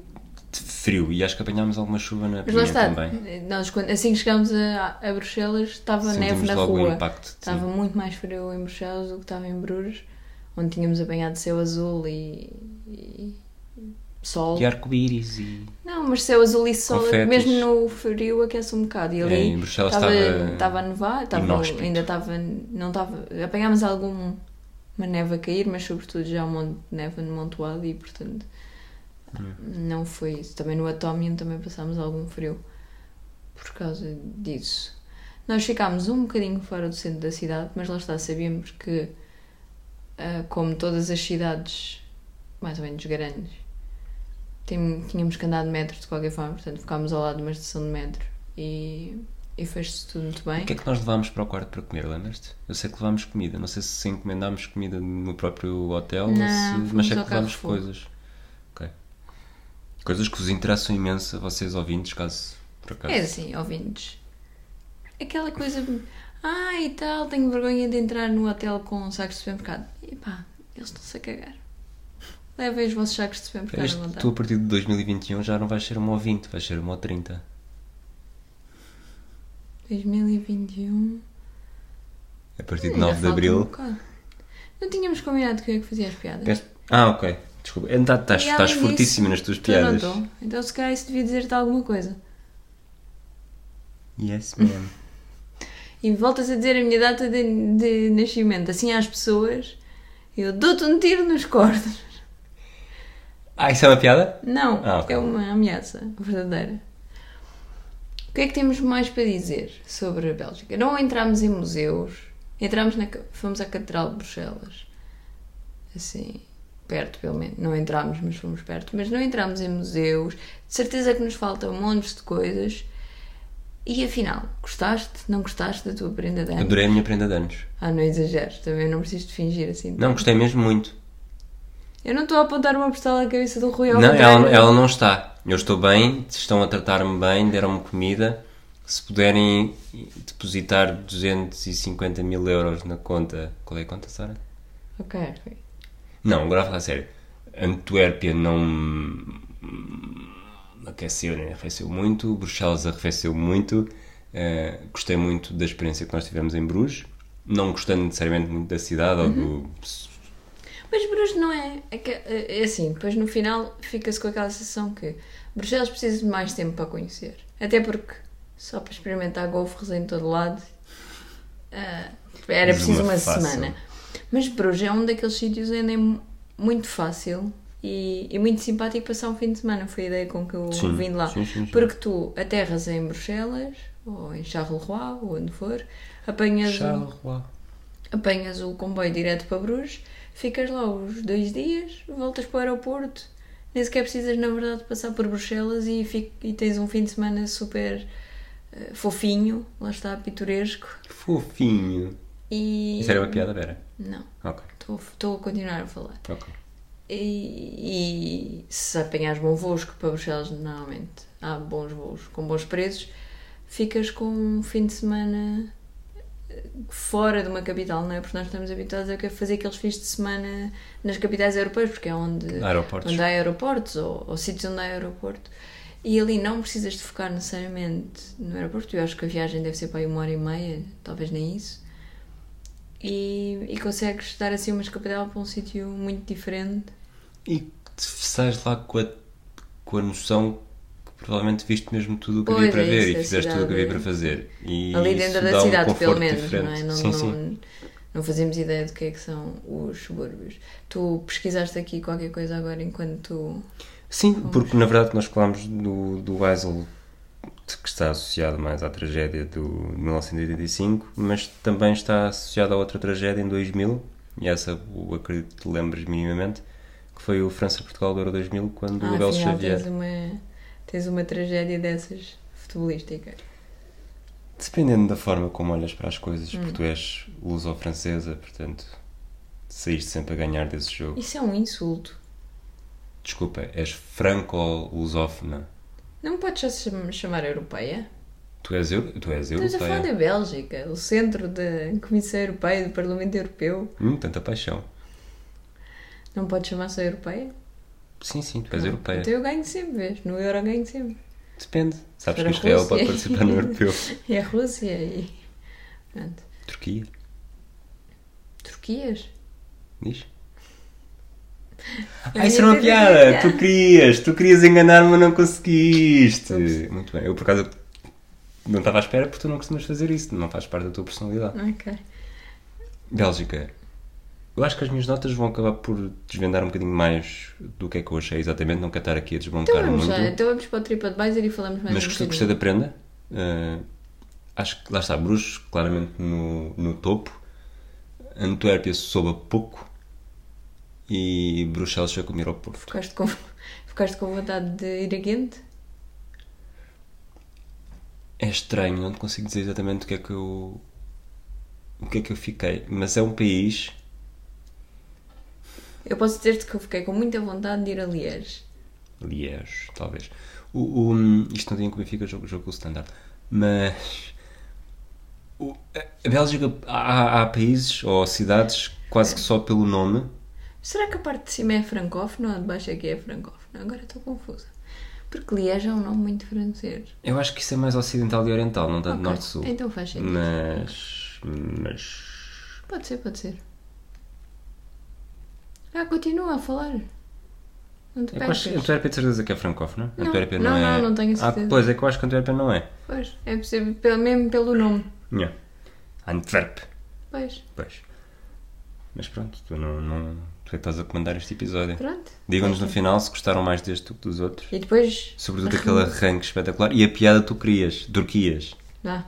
Speaker 2: de frio e acho que apanhámos alguma chuva na
Speaker 1: Mas lá
Speaker 2: Pinha
Speaker 1: está.
Speaker 2: também.
Speaker 1: Nós, quando- assim que chegámos a, a Bruxelas, estava neve na
Speaker 2: logo o
Speaker 1: rua.
Speaker 2: impacto. sim.
Speaker 1: Estava muito mais frio em Bruxelas do que estava em Bruges, onde tínhamos apanhado céu azul e, e- e sol.
Speaker 2: E arco-íris e.
Speaker 1: Não, mas céu azul e sol,
Speaker 2: Confetes.
Speaker 1: mesmo no frio, aquece um bocado. E ali
Speaker 2: É, em Bruxelas
Speaker 1: estava,
Speaker 2: estava-
Speaker 1: estava a nevar, estava-
Speaker 2: inóspito.
Speaker 1: ainda estava, não estava, apanhámos alguma neve a cair, mas sobretudo já um monte de neve amontoada e portanto
Speaker 2: É.
Speaker 1: não foi isso. Também no Atomium também passámos algum frio por causa disso. Nós ficámos um bocadinho fora do centro da cidade, mas lá está, sabíamos que, ah, como todas as cidades mais ou menos grandes, tem- tínhamos que andar de metro de qualquer forma, portanto ficámos ao lado de uma estação de metro e, e fez-se tudo muito bem.
Speaker 2: O que é que nós levámos para o quarto para comer, lembras-te? Eu sei que levámos comida, não sei se encomendámos comida no próprio hotel, ou
Speaker 1: Não,
Speaker 2: se... mas
Speaker 1: fomos
Speaker 2: sei que
Speaker 1: ao
Speaker 2: levámos
Speaker 1: Carrefour.
Speaker 2: coisas. Ok. Coisas que vos interessam imenso a vocês ouvintes, caso por acaso.
Speaker 1: É assim, ouvintes. Aquela coisa. Ah, e tal, tenho vergonha de entrar no hotel com sacos de supermercado. E pá, eles estão-se a cagar. Levem os vossos sacos de supermercado
Speaker 2: Este,
Speaker 1: à vontade.
Speaker 2: É tu a partir de 2021 já não vais ser uma ouvinte, vais ser um uma 30.
Speaker 1: 2021.
Speaker 2: A partir de
Speaker 1: Ainda
Speaker 2: 9 de
Speaker 1: falta um
Speaker 2: Abril.
Speaker 1: bocado. Não tínhamos combinado que eu é que fazia as piadas.
Speaker 2: Queres- Ah, ok. Desculpa. Ainda Estás,
Speaker 1: E
Speaker 2: estás
Speaker 1: além
Speaker 2: fortíssima nas tuas
Speaker 1: Tu não
Speaker 2: piadas.
Speaker 1: estou. Então se calhar isso devia dizer-te alguma coisa.
Speaker 2: Yes, ma'am.
Speaker 1: E voltas a dizer a minha data de, de nascimento. Assim às pessoas, eu dou-te um tiro nos cordos.
Speaker 2: ah, isso é uma piada?
Speaker 1: Não,
Speaker 2: Ah, ok.
Speaker 1: é uma ameaça verdadeira. O que é que temos mais para dizer sobre a Bélgica? Não entramos em museus, entramos na, ca- fomos à Catedral de Bruxelas, assim, perto pelo menos. Não entramos, mas fomos perto. Mas não entramos em museus, de certeza que nos faltam um monte de coisas. E afinal, gostaste? Não gostaste da tua prenda de ano?
Speaker 2: Adorei a minha prenda de anos.
Speaker 1: Ah, não exageres, também não preciso de fingir assim.
Speaker 2: Não, gostei mesmo muito.
Speaker 1: Eu não estou a apontar uma pistola à cabeça do Rui ao
Speaker 2: não,
Speaker 1: contrário.
Speaker 2: ela, ela não está. Eu estou bem, estão a tratar-me bem, deram-me comida. Se puderem depositar 250 mil euros na conta. Qual é a conta, Sara?
Speaker 1: Ok, Rui.
Speaker 2: Não, agora a falar a sério. Antuérpia não me aqueceu nem arrefeceu muito, Bruxelas arrefeceu muito. eh, gostei muito da experiência que nós tivemos em Bruges. Não gostei necessariamente muito da cidade ou do.
Speaker 1: Uhum. Mas Bruges não é. é que- É assim, depois no final fica-se com aquela sensação que Bruxelas precisa de mais tempo para conhecer. Até porque só para experimentar golfos em todo lado ah, era
Speaker 2: Mas
Speaker 1: preciso
Speaker 2: uma
Speaker 1: uma
Speaker 2: fácil.
Speaker 1: semana. Mas Bruges é um daqueles sítios onde é mu- muito fácil e, e muito simpático passar um fim de semana. Foi a ideia com que eu
Speaker 2: Sim,
Speaker 1: vim de lá.
Speaker 2: sim, sim, sim.
Speaker 1: Porque tu aterras em Bruxelas ou em Charleroi ou onde for, apanhas. um-
Speaker 2: Charleroi.
Speaker 1: apanhas o comboio direto para Bruges, ficas lá os dois dias, voltas para o aeroporto, Nem sequer precisas, na verdade, passar por Bruxelas e, fi- e tens um fim de semana super eh, fofinho, lá está, pitoresco.
Speaker 2: Fofinho.
Speaker 1: E.
Speaker 2: Isso era uma piada, Vera?
Speaker 1: Não,
Speaker 2: Ok,
Speaker 1: estou- estou a continuar a falar.
Speaker 2: ok.
Speaker 1: E, e se apanhares bom voos, que para Bruxelas normalmente há bons voos com bons preços, ficas com um fim de semana eh, fora de uma capital, não é? Porque nós estamos habituados a fazer aqueles fins de semana nas capitais europeias, porque é onde,
Speaker 2: Aeroportos.
Speaker 1: onde há aeroportos ou, ou sítios onde há aeroporto. E ali não precisas de focar necessariamente no aeroporto, eu acho que a viagem deve ser para aí uma hora e meia, talvez nem isso e, e consegues dar assim uma escapadela para um sítio muito diferente.
Speaker 2: E te sais lá com a, com a noção que provavelmente viste mesmo tudo o que
Speaker 1: Pois,
Speaker 2: havia para
Speaker 1: é
Speaker 2: ver
Speaker 1: isso,
Speaker 2: e
Speaker 1: a
Speaker 2: fizeste tudo o que havia para
Speaker 1: cidade. é.
Speaker 2: fazer. E
Speaker 1: Ali
Speaker 2: isso
Speaker 1: dentro
Speaker 2: dá
Speaker 1: da
Speaker 2: um
Speaker 1: cidade, pelo
Speaker 2: conforto
Speaker 1: menos,
Speaker 2: diferente.
Speaker 1: não é? Não,
Speaker 2: sim, sim.
Speaker 1: não, não fazemos ideia do que é que são os subúrbios. Tu pesquisaste aqui qualquer coisa agora enquanto tu.
Speaker 2: Sim, porque na verdade nós falámos do, do Weisel que está associado mais à tragédia do 1985, mas também está associado a outra tragédia em 2000, e essa eu acredito que te lembres minimamente, que foi o França-Portugal do Euro 2000, quando o Abel
Speaker 1: afinal, ah,
Speaker 2: Xavier...
Speaker 1: tens uma, tens uma tragédia dessas futebolística.
Speaker 2: Dependendo da forma como olhas para as coisas, porque tu és luso-francesa, portanto, saíste sempre a ganhar desse jogo.
Speaker 1: Isso é um insulto.
Speaker 2: Desculpa, és franco-lusófona.
Speaker 1: Não podes só se cham- chamar europeia?
Speaker 2: Tu és, eu, tu és
Speaker 1: Estamos a falar
Speaker 2: europeia.
Speaker 1: da Bélgica, o centro da Comissão Europeia, do Parlamento Europeu.
Speaker 2: Hum, tanta paixão.
Speaker 1: Não podes chamar só europeia?
Speaker 2: Sim, sim, tu és europeia.
Speaker 1: Então eu ganho sempre, vês? No euro eu ganho sempre.
Speaker 2: Depende. Sabes
Speaker 1: Para
Speaker 2: que
Speaker 1: a
Speaker 2: Israel
Speaker 1: Rússia.
Speaker 2: pode participar no europeu.
Speaker 1: E É a Rússia e. Pronto.
Speaker 2: Turquia,
Speaker 1: Turquias?
Speaker 2: diz?
Speaker 1: Eu
Speaker 2: Ah,
Speaker 1: ia
Speaker 2: isso era uma
Speaker 1: dizer
Speaker 2: piada!
Speaker 1: Turquia.
Speaker 2: Tu querias, tu querias enganar-me, mas não conseguiste.
Speaker 1: Ups.
Speaker 2: Muito bem, eu por acaso não estava à espera porque tu não costumas fazer isso, não faz parte da tua personalidade.
Speaker 1: Ok.
Speaker 2: Bélgica. Eu acho que as minhas notas vão acabar por desvendar um bocadinho mais do que é que eu achei exatamente, não quero estar aqui a
Speaker 1: Então
Speaker 2: desbroncar
Speaker 1: vamos,
Speaker 2: muito.
Speaker 1: já, então vamos para o TripAdvisor e falamos mais
Speaker 2: Mas
Speaker 1: um
Speaker 2: gostei, gostei
Speaker 1: bocadinho.
Speaker 2: da prenda. Uh, acho que lá está, Bruges, claramente no, no topo. Antuérpia soube a pouco. E Bruxelas foi comer ao Porto.
Speaker 1: Ficaste com, ficaste com vontade de ir a Ghent?
Speaker 2: É estranho, não te consigo dizer exatamente o que é que eu. o que é que eu fiquei. Mas é um país.
Speaker 1: Eu posso dizer-te que eu fiquei com muita vontade de ir a Liège.
Speaker 2: Liège, talvez. O, o- isto não tem como fica jogo, jogo com o standard. Mas. o- a Bélgica. Há, há- há países ou cidades quase que só pelo nome.
Speaker 1: Será que a parte de cima é francófona ou a de baixo é que é francófona? Agora estou confusa. Porque Liège é um nome muito francês.
Speaker 2: Eu acho que isso é mais ocidental e oriental, não tanto
Speaker 1: Ok,
Speaker 2: norte-sul.
Speaker 1: Então faz sentido.
Speaker 2: Mas. Mas.
Speaker 1: Pode ser, pode ser. Ah, continua a falar. Não te
Speaker 2: Eu acho é que
Speaker 1: percas.
Speaker 2: Antuérpia de certeza que é francófona.
Speaker 1: Não,
Speaker 2: Antuérpia
Speaker 1: não,
Speaker 2: é.
Speaker 1: não, não tenho
Speaker 2: Ah,
Speaker 1: certeza.
Speaker 2: pois é que eu acho que Antuérpia não é.
Speaker 1: Pois, é possível, pelo- mesmo pelo nome.
Speaker 2: Não. Antwerp.
Speaker 1: Pois,
Speaker 2: Pois. Mas pronto, tu não. não tu é que estás a comandar este episódio.
Speaker 1: pronto.
Speaker 2: Digam-nos no final se gostaram mais deste do que dos outros.
Speaker 1: E depois.
Speaker 2: Sobretudo aquele arranque espetacular. E a piada tu querias, Turquias.
Speaker 1: Dá.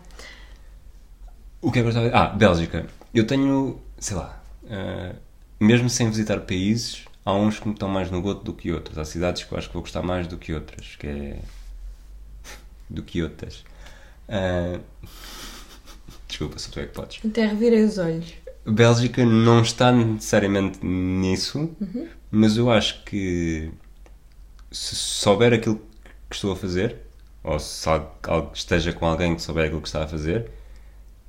Speaker 2: O que é que eu estava a dizer? Ah, Bélgica. Eu tenho, sei lá, eh, mesmo sem visitar países, há uns que me estão mais no goto do que outros. Há cidades que eu acho que vou gostar mais do que outras, que é. do que outras. Eh, Desculpa, só tu é que podes.
Speaker 1: Até revirem os olhos.
Speaker 2: Bélgica não está necessariamente nisso, mas eu acho que se souber aquilo que estou a fazer, ou se al- al- esteja com alguém que souber aquilo que está a fazer,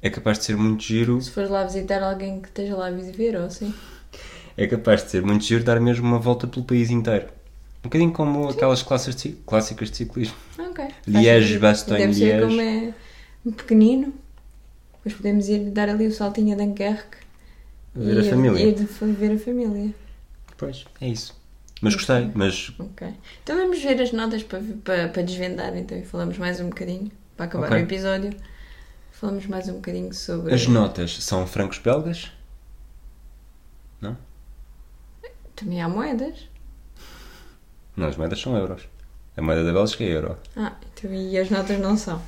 Speaker 2: é capaz de ser muito giro.
Speaker 1: Se fores lá visitar alguém que esteja lá a viver ou assim.
Speaker 2: É capaz de ser muito giro dar mesmo uma volta pelo país inteiro. Um bocadinho como aquelas classes de ci- clássicas de ciclismo.
Speaker 1: Ok.
Speaker 2: Liège,
Speaker 1: Faz sentido.
Speaker 2: Bastogne,
Speaker 1: Deve ser
Speaker 2: Liège.
Speaker 1: como é pequenino. Depois podemos ir dar ali o saltinho a Dunkerque.
Speaker 2: Ver a
Speaker 1: e ir-
Speaker 2: família.
Speaker 1: Ir, de- ver a família.
Speaker 2: Pois, é isso. Mas gostei, mas.
Speaker 1: Ok. Então vamos ver as notas para, para, para desvendar então e falamos mais um bocadinho. Para acabar
Speaker 2: Ok.
Speaker 1: o episódio. Falamos mais um bocadinho sobre.
Speaker 2: As notas são francos belgas? Não?
Speaker 1: Também há moedas.
Speaker 2: Não, as moedas são euros. A moeda da Bélgica é euro.
Speaker 1: Ah, então e as notas não são.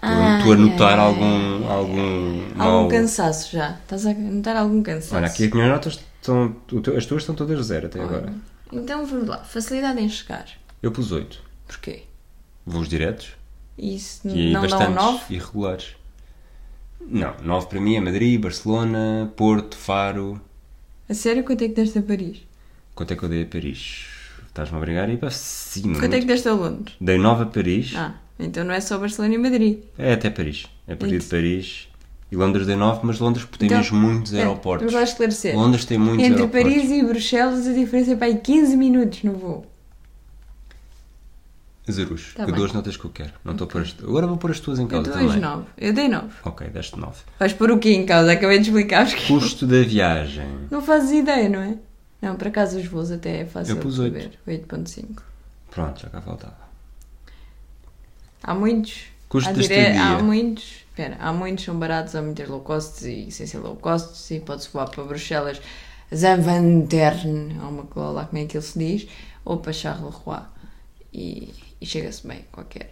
Speaker 2: Tu, tu a notar algum, algum
Speaker 1: Algum
Speaker 2: mau-
Speaker 1: cansaço já. Estás a notar algum cansaço.
Speaker 2: Olha, aqui as minhas notas estão. o teu- As tuas estão todas zero até agora.
Speaker 1: Então vamos lá. Facilidade em chegar.
Speaker 2: Eu pus 8.
Speaker 1: Porquê?
Speaker 2: Voos diretos
Speaker 1: Isso não
Speaker 2: e
Speaker 1: dá um
Speaker 2: bastantes
Speaker 1: 9?
Speaker 2: irregulares. Não, 9 para mim é Madrid, Barcelona, Porto, Faro.
Speaker 1: A sério, quanto é que deste a Paris?
Speaker 2: Quanto é que eu dei a Paris? Estás-me a obrigar a ir para cima.
Speaker 1: Quanto é que
Speaker 2: muito.
Speaker 1: deste a Londres?
Speaker 2: Dei 9 a Paris.
Speaker 1: Ah, então não é só Barcelona e Madrid.
Speaker 2: É até Paris. É a partir de
Speaker 1: Isso.
Speaker 2: Paris. E Londres dei 9, mas Londres tem
Speaker 1: Então,
Speaker 2: mesmo muitos
Speaker 1: espera,
Speaker 2: aeroportos.
Speaker 1: vamos lá esclarecer.
Speaker 2: Londres tem muitos
Speaker 1: Entre
Speaker 2: aeroportos.
Speaker 1: Paris e Bruxelas a diferença é para aí 15 minutos no voo.
Speaker 2: Zarus,
Speaker 1: Tá
Speaker 2: eu
Speaker 1: bem.
Speaker 2: dou as notas que eu quero. Não estou a pôr as... Agora vou pôr as tuas em
Speaker 1: Eu
Speaker 2: causa
Speaker 1: dou
Speaker 2: também.
Speaker 1: 9. Eu dei 9.
Speaker 2: Ok, deste 9.
Speaker 1: Vais pôr o quê em causa? Acabei de explicar os que.
Speaker 2: Custo da viagem.
Speaker 1: Não fazes ideia, não é? Não, por acaso os voos até é fácil
Speaker 2: Eu pus
Speaker 1: de
Speaker 2: oito.
Speaker 1: saber. 8.5.
Speaker 2: Pronto, já cá faltava.
Speaker 1: Há muitos.
Speaker 2: Custo
Speaker 1: há,
Speaker 2: da estadia.
Speaker 1: há muitos. Espera, há muitos, são baratos, há muitas low costs e sem ser low costs e pode-se voar para Bruxelas, Zaventem, ou uma coisa lá como é que ele se diz, ou para Charleroi. E, e chega-se bem, qualquer.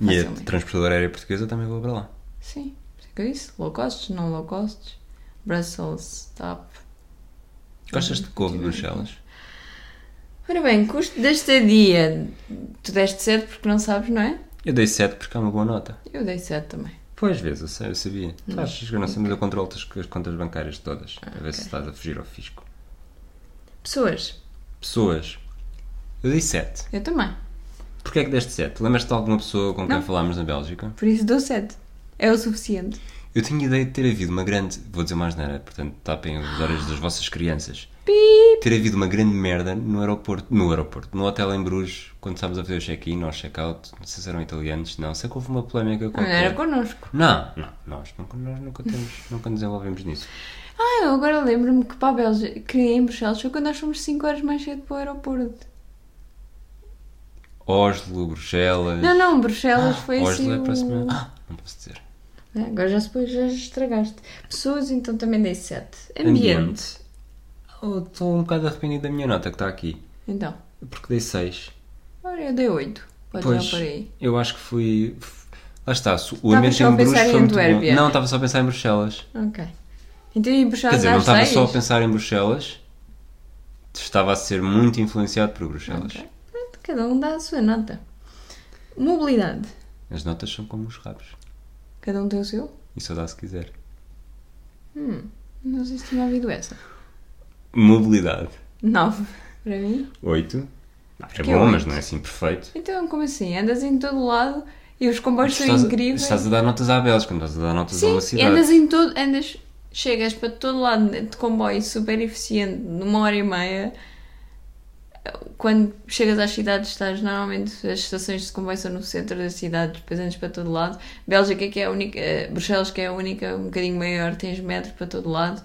Speaker 2: E a
Speaker 1: facilmente.
Speaker 2: transportadora aérea portuguesa também vou para lá.
Speaker 1: Sim, por isso que eu disse. Low costs, não low costs. Brussels, top.
Speaker 2: Gostas de couve de Bruxelas?
Speaker 1: Ora bem, custo da estadia. Tu deste 7 porque não sabes, não é?
Speaker 2: Eu dei 7 porque é uma boa nota.
Speaker 1: Eu dei 7 também.
Speaker 2: Pois, vezes, eu, sei, eu sabia. Tu achas que eu não sei, mas eu controlo as contas bancárias todas. a ver se estás a fugir ao fisco.
Speaker 1: Pessoas,
Speaker 2: Pessoas. Eu dei 7.
Speaker 1: eu também.
Speaker 2: Porquê é que deste 7? Lembras-te de alguma pessoa com quem
Speaker 1: Não.
Speaker 2: falámos na Bélgica?
Speaker 1: Por isso dou 7. É o suficiente.
Speaker 2: Eu tinha ideia de ter havido uma grande. Vou dizer mais nada, portanto, tapem as orelhas das vossas crianças.
Speaker 1: Pip!
Speaker 2: Ter havido uma grande merda no aeroporto, no aeroporto, no hotel em Bruges, quando estávamos a fazer o check-in ou check-out, não sei se eram italianos, não, sei que houve uma polémica
Speaker 1: Não era
Speaker 2: qualquer.
Speaker 1: connosco.
Speaker 2: Não, não, nós nunca, nós nunca temos, nunca nos envolvemos nisso.
Speaker 1: Ah, eu agora lembro-me que para a Bélgica, que em Bruxelas foi quando nós fomos 5 horas mais cedo para o aeroporto.
Speaker 2: Oslo, Bruxelas.
Speaker 1: Não, não, Bruxelas foi
Speaker 2: Oslo
Speaker 1: assim.
Speaker 2: é a próxima.
Speaker 1: o-
Speaker 2: Ah, não posso dizer.
Speaker 1: É, agora já depois já estragaste. Pessoas, então também dei 7. Ambiente.
Speaker 2: Ambiente. Eu Estou um bocado arrependido da minha nota que está aqui,
Speaker 1: Então,
Speaker 2: porque dei 6.
Speaker 1: agora eu dei 8. Pode
Speaker 2: Pois,
Speaker 1: olhar por aí.
Speaker 2: eu acho que fui. Lá está, se o
Speaker 1: Estavas
Speaker 2: ambiente
Speaker 1: só
Speaker 2: em
Speaker 1: a
Speaker 2: Bruges
Speaker 1: pensar
Speaker 2: foi
Speaker 1: em
Speaker 2: muito bom.
Speaker 1: Antuérpia.
Speaker 2: Não, estava só a pensar em Bruxelas.
Speaker 1: Ok. Então e
Speaker 2: Quer
Speaker 1: Bruxelas
Speaker 2: dizer, não
Speaker 1: às
Speaker 2: estava
Speaker 1: 6?
Speaker 2: só a pensar em Bruxelas, estava a ser muito influenciado por Bruxelas.
Speaker 1: Ok. Pronto, cada um dá a sua nota. Mobilidade.
Speaker 2: As notas são como os rabos.
Speaker 1: Cada um tem o seu?
Speaker 2: E só dá se quiser.
Speaker 1: Não sei se tinha ouvido essa.
Speaker 2: Mobilidade.
Speaker 1: 9 para mim.
Speaker 2: 8. É
Speaker 1: é
Speaker 2: bom, mas
Speaker 1: oito?
Speaker 2: não é assim perfeito.
Speaker 1: Então, como assim? Andas em todo lado e os comboios são
Speaker 2: Estás a-
Speaker 1: incríveis.
Speaker 2: Estás a dar notas à Bélgica, não estás a dar notas a uma
Speaker 1: Sim,
Speaker 2: cidade.
Speaker 1: andas em todo. Andas, chegas para todo lado de comboio super eficiente, numa hora e meia. Quando chegas às cidades, estás normalmente. As estações de comboio são no centro das cidades, depois andas para todo lado. Bélgica, que é a única. eh, Bruxelas, que é a única, um bocadinho maior, tens metro para todo lado.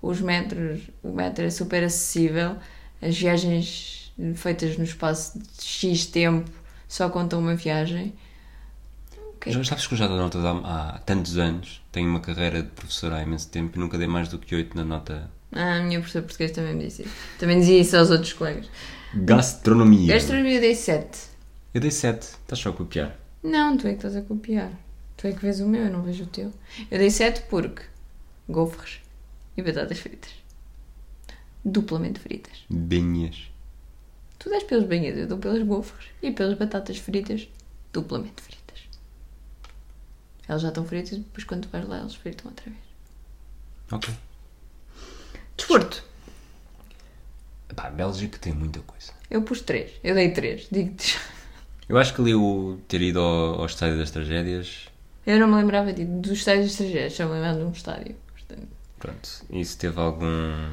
Speaker 1: Os metros. O metro é super acessível. As viagens feitas no espaço de X tempo só contam uma viagem. Ok.
Speaker 2: Já sabes que eu já dou notas há, há tantos anos, tenho uma carreira de professor há imenso tempo e nunca dei mais do que 8 na nota
Speaker 1: Ah, a minha professora de português também me disse isso. Também dizia isso aos outros colegas.
Speaker 2: gastronomia.
Speaker 1: Gastronomia eu dei 7.
Speaker 2: Eu dei 7, estás só a copiar.
Speaker 1: Não, tu é que estás a copiar. Tu é que vês o meu, eu não vejo o teu. Eu dei 7 porque gofres e batatas fritas. Duplamente fritas.
Speaker 2: Benhas.
Speaker 1: Tu dás pelos banhos, eu dou pelos gofres e pelas batatas fritas, duplamente fritas. Elas já estão fritas e depois quando tu vais lá elas fritam outra vez.
Speaker 2: Ok.
Speaker 1: Desporto.
Speaker 2: Pá, a Bélgica tem muita coisa.
Speaker 1: Eu pus 3. Eu dei 3. Digo-te já.
Speaker 2: Eu acho que ali o ter ido ao, ao Estádio das Tragédias,
Speaker 1: Eu não me lembrava de, dos estádios estrangeiros, só me lembrava de um estádio. Portanto,
Speaker 2: pronto, isso teve algum.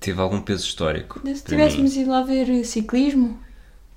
Speaker 2: teve algum peso histórico.
Speaker 1: Se
Speaker 2: para
Speaker 1: tivéssemos
Speaker 2: mim.
Speaker 1: ido lá ver ciclismo,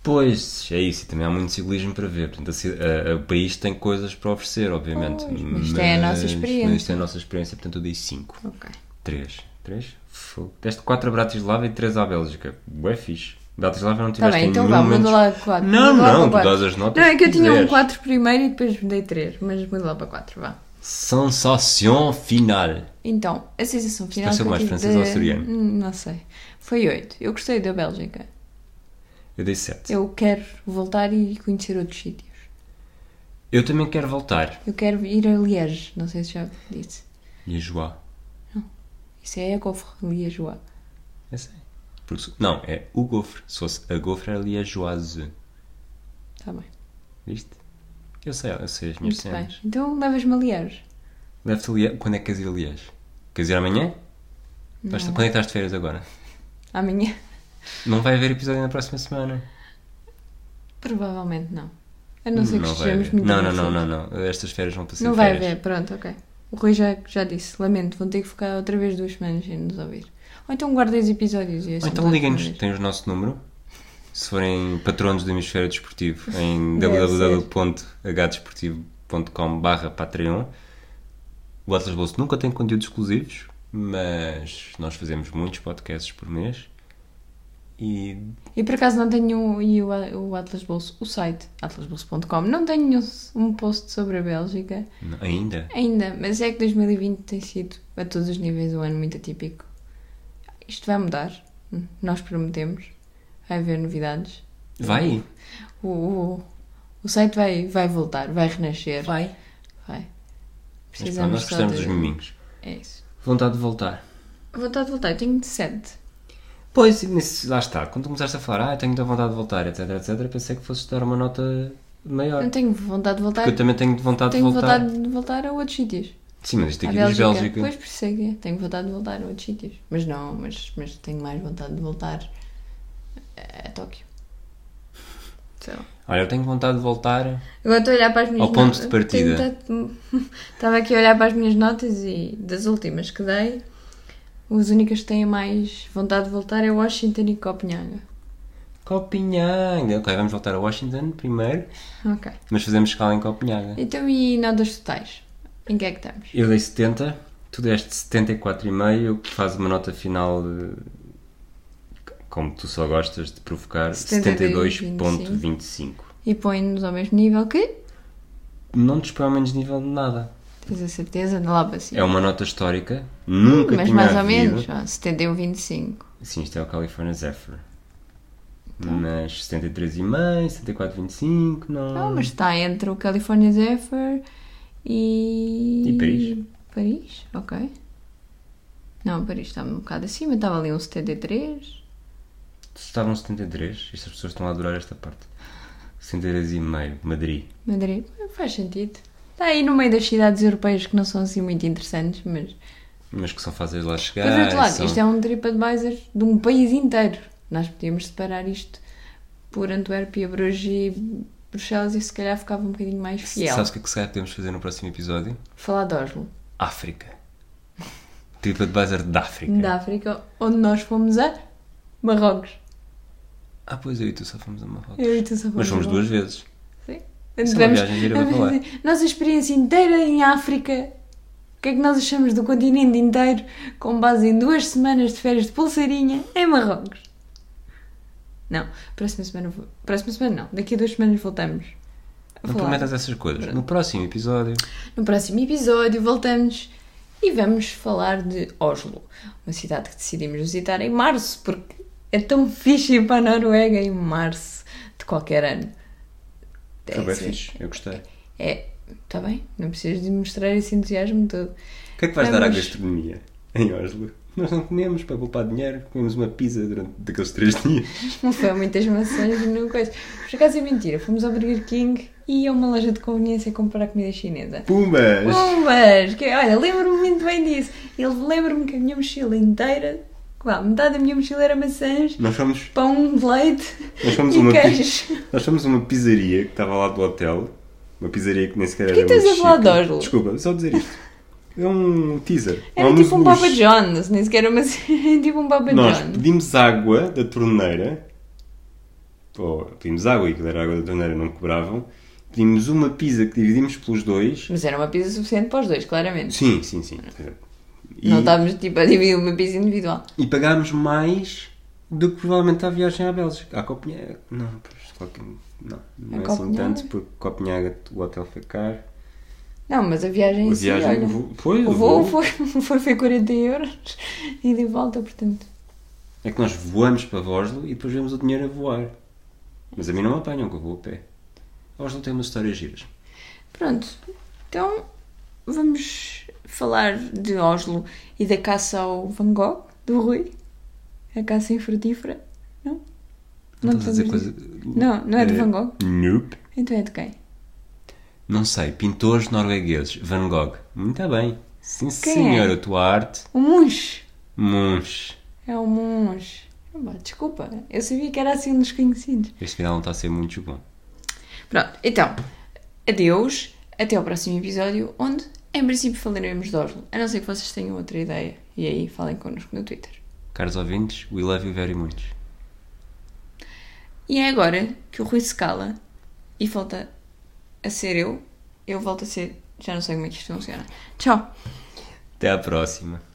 Speaker 2: Pois, é isso, e também há muito ciclismo para ver. Portanto, a ci- a- a- o país tem coisas para oferecer, obviamente.
Speaker 1: Pois, mas isto é a nossa
Speaker 2: Mas-
Speaker 1: experiência.
Speaker 2: Mas isto é a nossa experiência, portanto eu dei 5.
Speaker 1: ok.
Speaker 2: 3. 3? Fogo. Deste 4 a Bratislava e 3 à Bélgica. Ué, fixe. Bratislava não
Speaker 1: Está
Speaker 2: tiveste
Speaker 1: bem, então
Speaker 2: nenhum
Speaker 1: vá,
Speaker 2: momento-
Speaker 1: muda lá para 4.
Speaker 2: Não, não, tu dás as notas
Speaker 1: Não, é que eu tinha um
Speaker 2: quiseres.
Speaker 1: 4 primeiro e depois dei 3, mas muda lá para 4, vá.
Speaker 2: Sensação final.
Speaker 1: Então, a sensação final.
Speaker 2: pareceu
Speaker 1: que eu
Speaker 2: mais
Speaker 1: tive
Speaker 2: francês
Speaker 1: de-
Speaker 2: ou açoriano?
Speaker 1: Hum, Não sei. Foi 8. Eu gostei da Bélgica.
Speaker 2: Eu dei 7. Eu...
Speaker 1: Eu quero voltar e conhecer outros sítios.
Speaker 2: também quero voltar.
Speaker 1: Eu quero ir a Liège, não sei se já disse.
Speaker 2: E a Joá.
Speaker 1: Isso é Ecofre Liégeois.
Speaker 2: Eu sei. assim. Porque se- não, é o gofre. Se fosse a gofre, era liégeoise.
Speaker 1: Está Tá bem.
Speaker 2: Viste? Eu sei, eu sei as minhas
Speaker 1: Muito bem.
Speaker 2: cenas.
Speaker 1: Então levas-me a Liege.
Speaker 2: Deve-te a Liege. Quando é que queres ir a Liege? Queres ir amanhã? Estás- Quando é que estás de férias agora?
Speaker 1: Amanhã?
Speaker 2: Não vai haver episódio na próxima semana.
Speaker 1: Provavelmente não. A não ser que
Speaker 2: vai
Speaker 1: estejamos
Speaker 2: haver.
Speaker 1: muito assim.
Speaker 2: não, não,
Speaker 1: avançados.
Speaker 2: não, não, não. Estas férias vão passar
Speaker 1: Não vai
Speaker 2: férias.
Speaker 1: haver, pronto, ok. O Rui já, já disse, lamento, vão ter que ficar outra vez duas semanas sem nos ouvir. Ou então guardem os episódios e assim
Speaker 2: Ou
Speaker 1: ouçam todos
Speaker 2: então
Speaker 1: de uma
Speaker 2: liguem-nos,
Speaker 1: vez.
Speaker 2: tens o nosso número. Se forem patronos do Hemisfério Desportivo em
Speaker 1: Deve
Speaker 2: www.hdesportivo.com Patreon. O Atlas Bolso nunca tem conteúdos exclusivos, mas nós fazemos muitos podcasts por mês. E
Speaker 1: E por acaso não tenho um, e o, A- o Atlas Bolso, o site, atlasbolso.com, não tenho nenhum- um post sobre a Bélgica
Speaker 2: ainda,
Speaker 1: ainda, mas é que 2020 tem sido, a todos os níveis, um ano muito atípico. Isto vai mudar, nós prometemos, vai haver novidades.
Speaker 2: vai.
Speaker 1: O, o, o site vai, vai voltar, vai renascer. Vai. Vai.
Speaker 2: Mas pronto, nós
Speaker 1: só
Speaker 2: gostamos
Speaker 1: de-
Speaker 2: dos miminhos.
Speaker 1: É isso.
Speaker 2: Vontade de voltar.
Speaker 1: Vontade de voltar, eu tenho de sede.
Speaker 2: Pois, mas lá está. Quando tu começaste a falar, ah, eu tenho muita vontade de voltar, etc, etc, pensei que fosses dar uma nota maior.
Speaker 1: Não tenho vontade de voltar.
Speaker 2: Porque eu também tenho de vontade
Speaker 1: tenho
Speaker 2: de voltar.
Speaker 1: vontade de voltar a outros sítios.
Speaker 2: Sim, mas isto
Speaker 1: À
Speaker 2: aqui diz Bélgica.
Speaker 1: Pois persegue. é. Tenho vontade de voltar a outros sítios. Mas não, mas, mas tenho mais vontade de voltar a, a Tóquio. Sei lá.
Speaker 2: Olha, eu tenho vontade de voltar.
Speaker 1: Agora estou a olhar para as minhas
Speaker 2: Ao ponto
Speaker 1: notas.
Speaker 2: de partida.
Speaker 1: Tenho vontade de- Estava aqui a olhar para as minhas notas e das últimas que dei, as únicas que têm mais vontade de voltar é Washington e Copenhaga.
Speaker 2: Copenhaga. Ok, vamos voltar a Washington primeiro,
Speaker 1: Ok.
Speaker 2: mas fazemos escala em Copenhaga.
Speaker 1: Então e notas totais? Em que é que estamos?
Speaker 2: Eu dei 70, tu deste 74,5, o que faz uma nota final de. Como tu só gostas de provocar,
Speaker 1: 72,25.
Speaker 2: 72,25.
Speaker 1: E põe-nos ao mesmo nível que,
Speaker 2: Não te expõe ao menos nível de nada.
Speaker 1: tens a certeza, de lá para
Speaker 2: É
Speaker 1: cima.
Speaker 2: uma nota histórica, nunca
Speaker 1: Mas
Speaker 2: tinha
Speaker 1: mais ou
Speaker 2: havido.
Speaker 1: menos, ó, 71, 25.
Speaker 2: Sim, isto é o California Zephyr.
Speaker 1: Tá.
Speaker 2: Mas 73,5, 74,25, não.
Speaker 1: Não, Ah, mas está entre o California Zephyr e...
Speaker 2: E Paris.
Speaker 1: Paris, ok. Não, Paris está um bocado acima, estava ali um 73.
Speaker 2: Estavam 73, estas pessoas estão a adorar esta parte. 73 e meio, Madrid.
Speaker 1: Madrid, faz sentido. Está aí no meio das cidades europeias que não são assim muito interessantes, mas...
Speaker 2: Mas que são fáceis de lá chegar.
Speaker 1: Mas, por outro lado,
Speaker 2: são-
Speaker 1: isto é um TripAdvisor de um país inteiro. Nós podíamos separar isto por Antuérpia, Bruges e Bruxelas e se calhar ficava um bocadinho mais fiel.
Speaker 2: Sabes o que é que se calhar podemos fazer no próximo episódio?
Speaker 1: Falar de Oslo,
Speaker 2: África. TripAdvisor da África.
Speaker 1: da África, onde nós fomos a Marrocos.
Speaker 2: Ah, pois eu e tu só fomos a Marrocos.
Speaker 1: Eu e tu só fomos
Speaker 2: Mas fomos
Speaker 1: a
Speaker 2: duas vezes.
Speaker 1: Marrocos. Sim.
Speaker 2: Isso é uma
Speaker 1: Tivemos-
Speaker 2: viagem gira para falar.
Speaker 1: Nossa experiência inteira em África. O que é que nós achamos do continente inteiro com base em duas semanas de férias de pulseirinha em Marrocos? Não, próxima semana vou- próxima semana não, daqui a duas semanas voltamos. a
Speaker 2: Não
Speaker 1: falar.
Speaker 2: prometas essas coisas. No próximo episódio.
Speaker 1: No próximo episódio voltamos e vamos falar de Oslo, uma cidade que decidimos visitar em março, porque é tão fixe ir para a Noruega em março de qualquer ano.
Speaker 2: Foi bem
Speaker 1: assim,
Speaker 2: fixe, eu gostei.
Speaker 1: É, está bem, não precisas de mostrar esse entusiasmo todo.
Speaker 2: O que é que vais dar à
Speaker 1: Vamos.
Speaker 2: gastronomia em Oslo? Nós não comemos para poupar dinheiro, comemos uma pizza durante daqueles três dias.
Speaker 1: Não foi muitas maçãs no coisa. Por acaso é mentira, fomos ao Burger King e a uma loja de conveniência comprar comida chinesa.
Speaker 2: Pumas!
Speaker 1: Bombas! Que, olha, lembro-me muito bem disso. Eu lembro-me que a minha mochila inteira, claro, metade da minha mochila era maçãs,
Speaker 2: Nós fomos
Speaker 1: pão de leite
Speaker 2: Nós fomos,
Speaker 1: e
Speaker 2: uma
Speaker 1: queijo.
Speaker 2: pi- nós fomos uma pizzaria que estava lá do hotel. Uma pizzaria que nem sequer era
Speaker 1: que estás
Speaker 2: muito
Speaker 1: a falar
Speaker 2: chique.
Speaker 1: de Oslo?
Speaker 2: Desculpa, só dizer isto. É um teaser.
Speaker 1: Era
Speaker 2: Há
Speaker 1: tipo um
Speaker 2: luxo.
Speaker 1: Papa John's, nem sequer uma tipo um Papa
Speaker 2: Nós
Speaker 1: John's.
Speaker 2: pedimos água da torneira. Ou pedimos água e aquilo era água da torneira, não cobravam. Pedimos uma pizza que dividimos pelos dois.
Speaker 1: Mas era uma pizza suficiente para os dois, claramente.
Speaker 2: Sim, sim, sim. E,
Speaker 1: Não estávamos tipo a dividir uma pizza individual.
Speaker 2: e pagámos mais do que provavelmente a viagem à Bélgica. À Copenhague. Não, pois, claro que não. Não
Speaker 1: A
Speaker 2: é assim
Speaker 1: Copenhague?
Speaker 2: tanto, porque Copenhague o hotel foi caro.
Speaker 1: Não, mas a viagem em
Speaker 2: A
Speaker 1: si,
Speaker 2: viagem
Speaker 1: É olha,
Speaker 2: vo- foi,
Speaker 1: o
Speaker 2: o
Speaker 1: voo
Speaker 2: voo.
Speaker 1: foi, foi, foi 40 euros e de volta, portanto.
Speaker 2: É que nós voamos para Oslo e depois vemos o dinheiro a voar. Mas a mim não me apanham, que eu vou a pé. Oslo tem umas histórias giras.
Speaker 1: Pronto, então vamos falar de Oslo e da caça ao Van Gogh, do Rui. A caça infrutífera? Não?
Speaker 2: Não
Speaker 1: te
Speaker 2: estás a dizer
Speaker 1: lembras
Speaker 2: coisa.
Speaker 1: disso? Não, não é de
Speaker 2: Eh,
Speaker 1: Van Gogh?
Speaker 2: Nope.
Speaker 1: Então é de quem?
Speaker 2: Não sei, pintores noruegueses. Van Gogh. Muito bem. Sim,
Speaker 1: Quem é?
Speaker 2: senhora, a tua arte.
Speaker 1: O Munch!
Speaker 2: Mons.
Speaker 1: É o Munch. Ah, pá, Desculpa, eu sabia que era assim um dos conhecidos.
Speaker 2: Este final não está a ser muito bom.
Speaker 1: Pronto, então, adeus, até ao próximo episódio, onde em princípio falaremos de Oslo, a não ser que vocês tenham outra ideia. E aí falem connosco no Twitter.
Speaker 2: Caros ouvintes, we love you very much.
Speaker 1: E é agora que o Rui se cala e volta a ser eu. Eu volto a ser. Já não sei como é que isto funciona. Tchau!
Speaker 2: Até à próxima.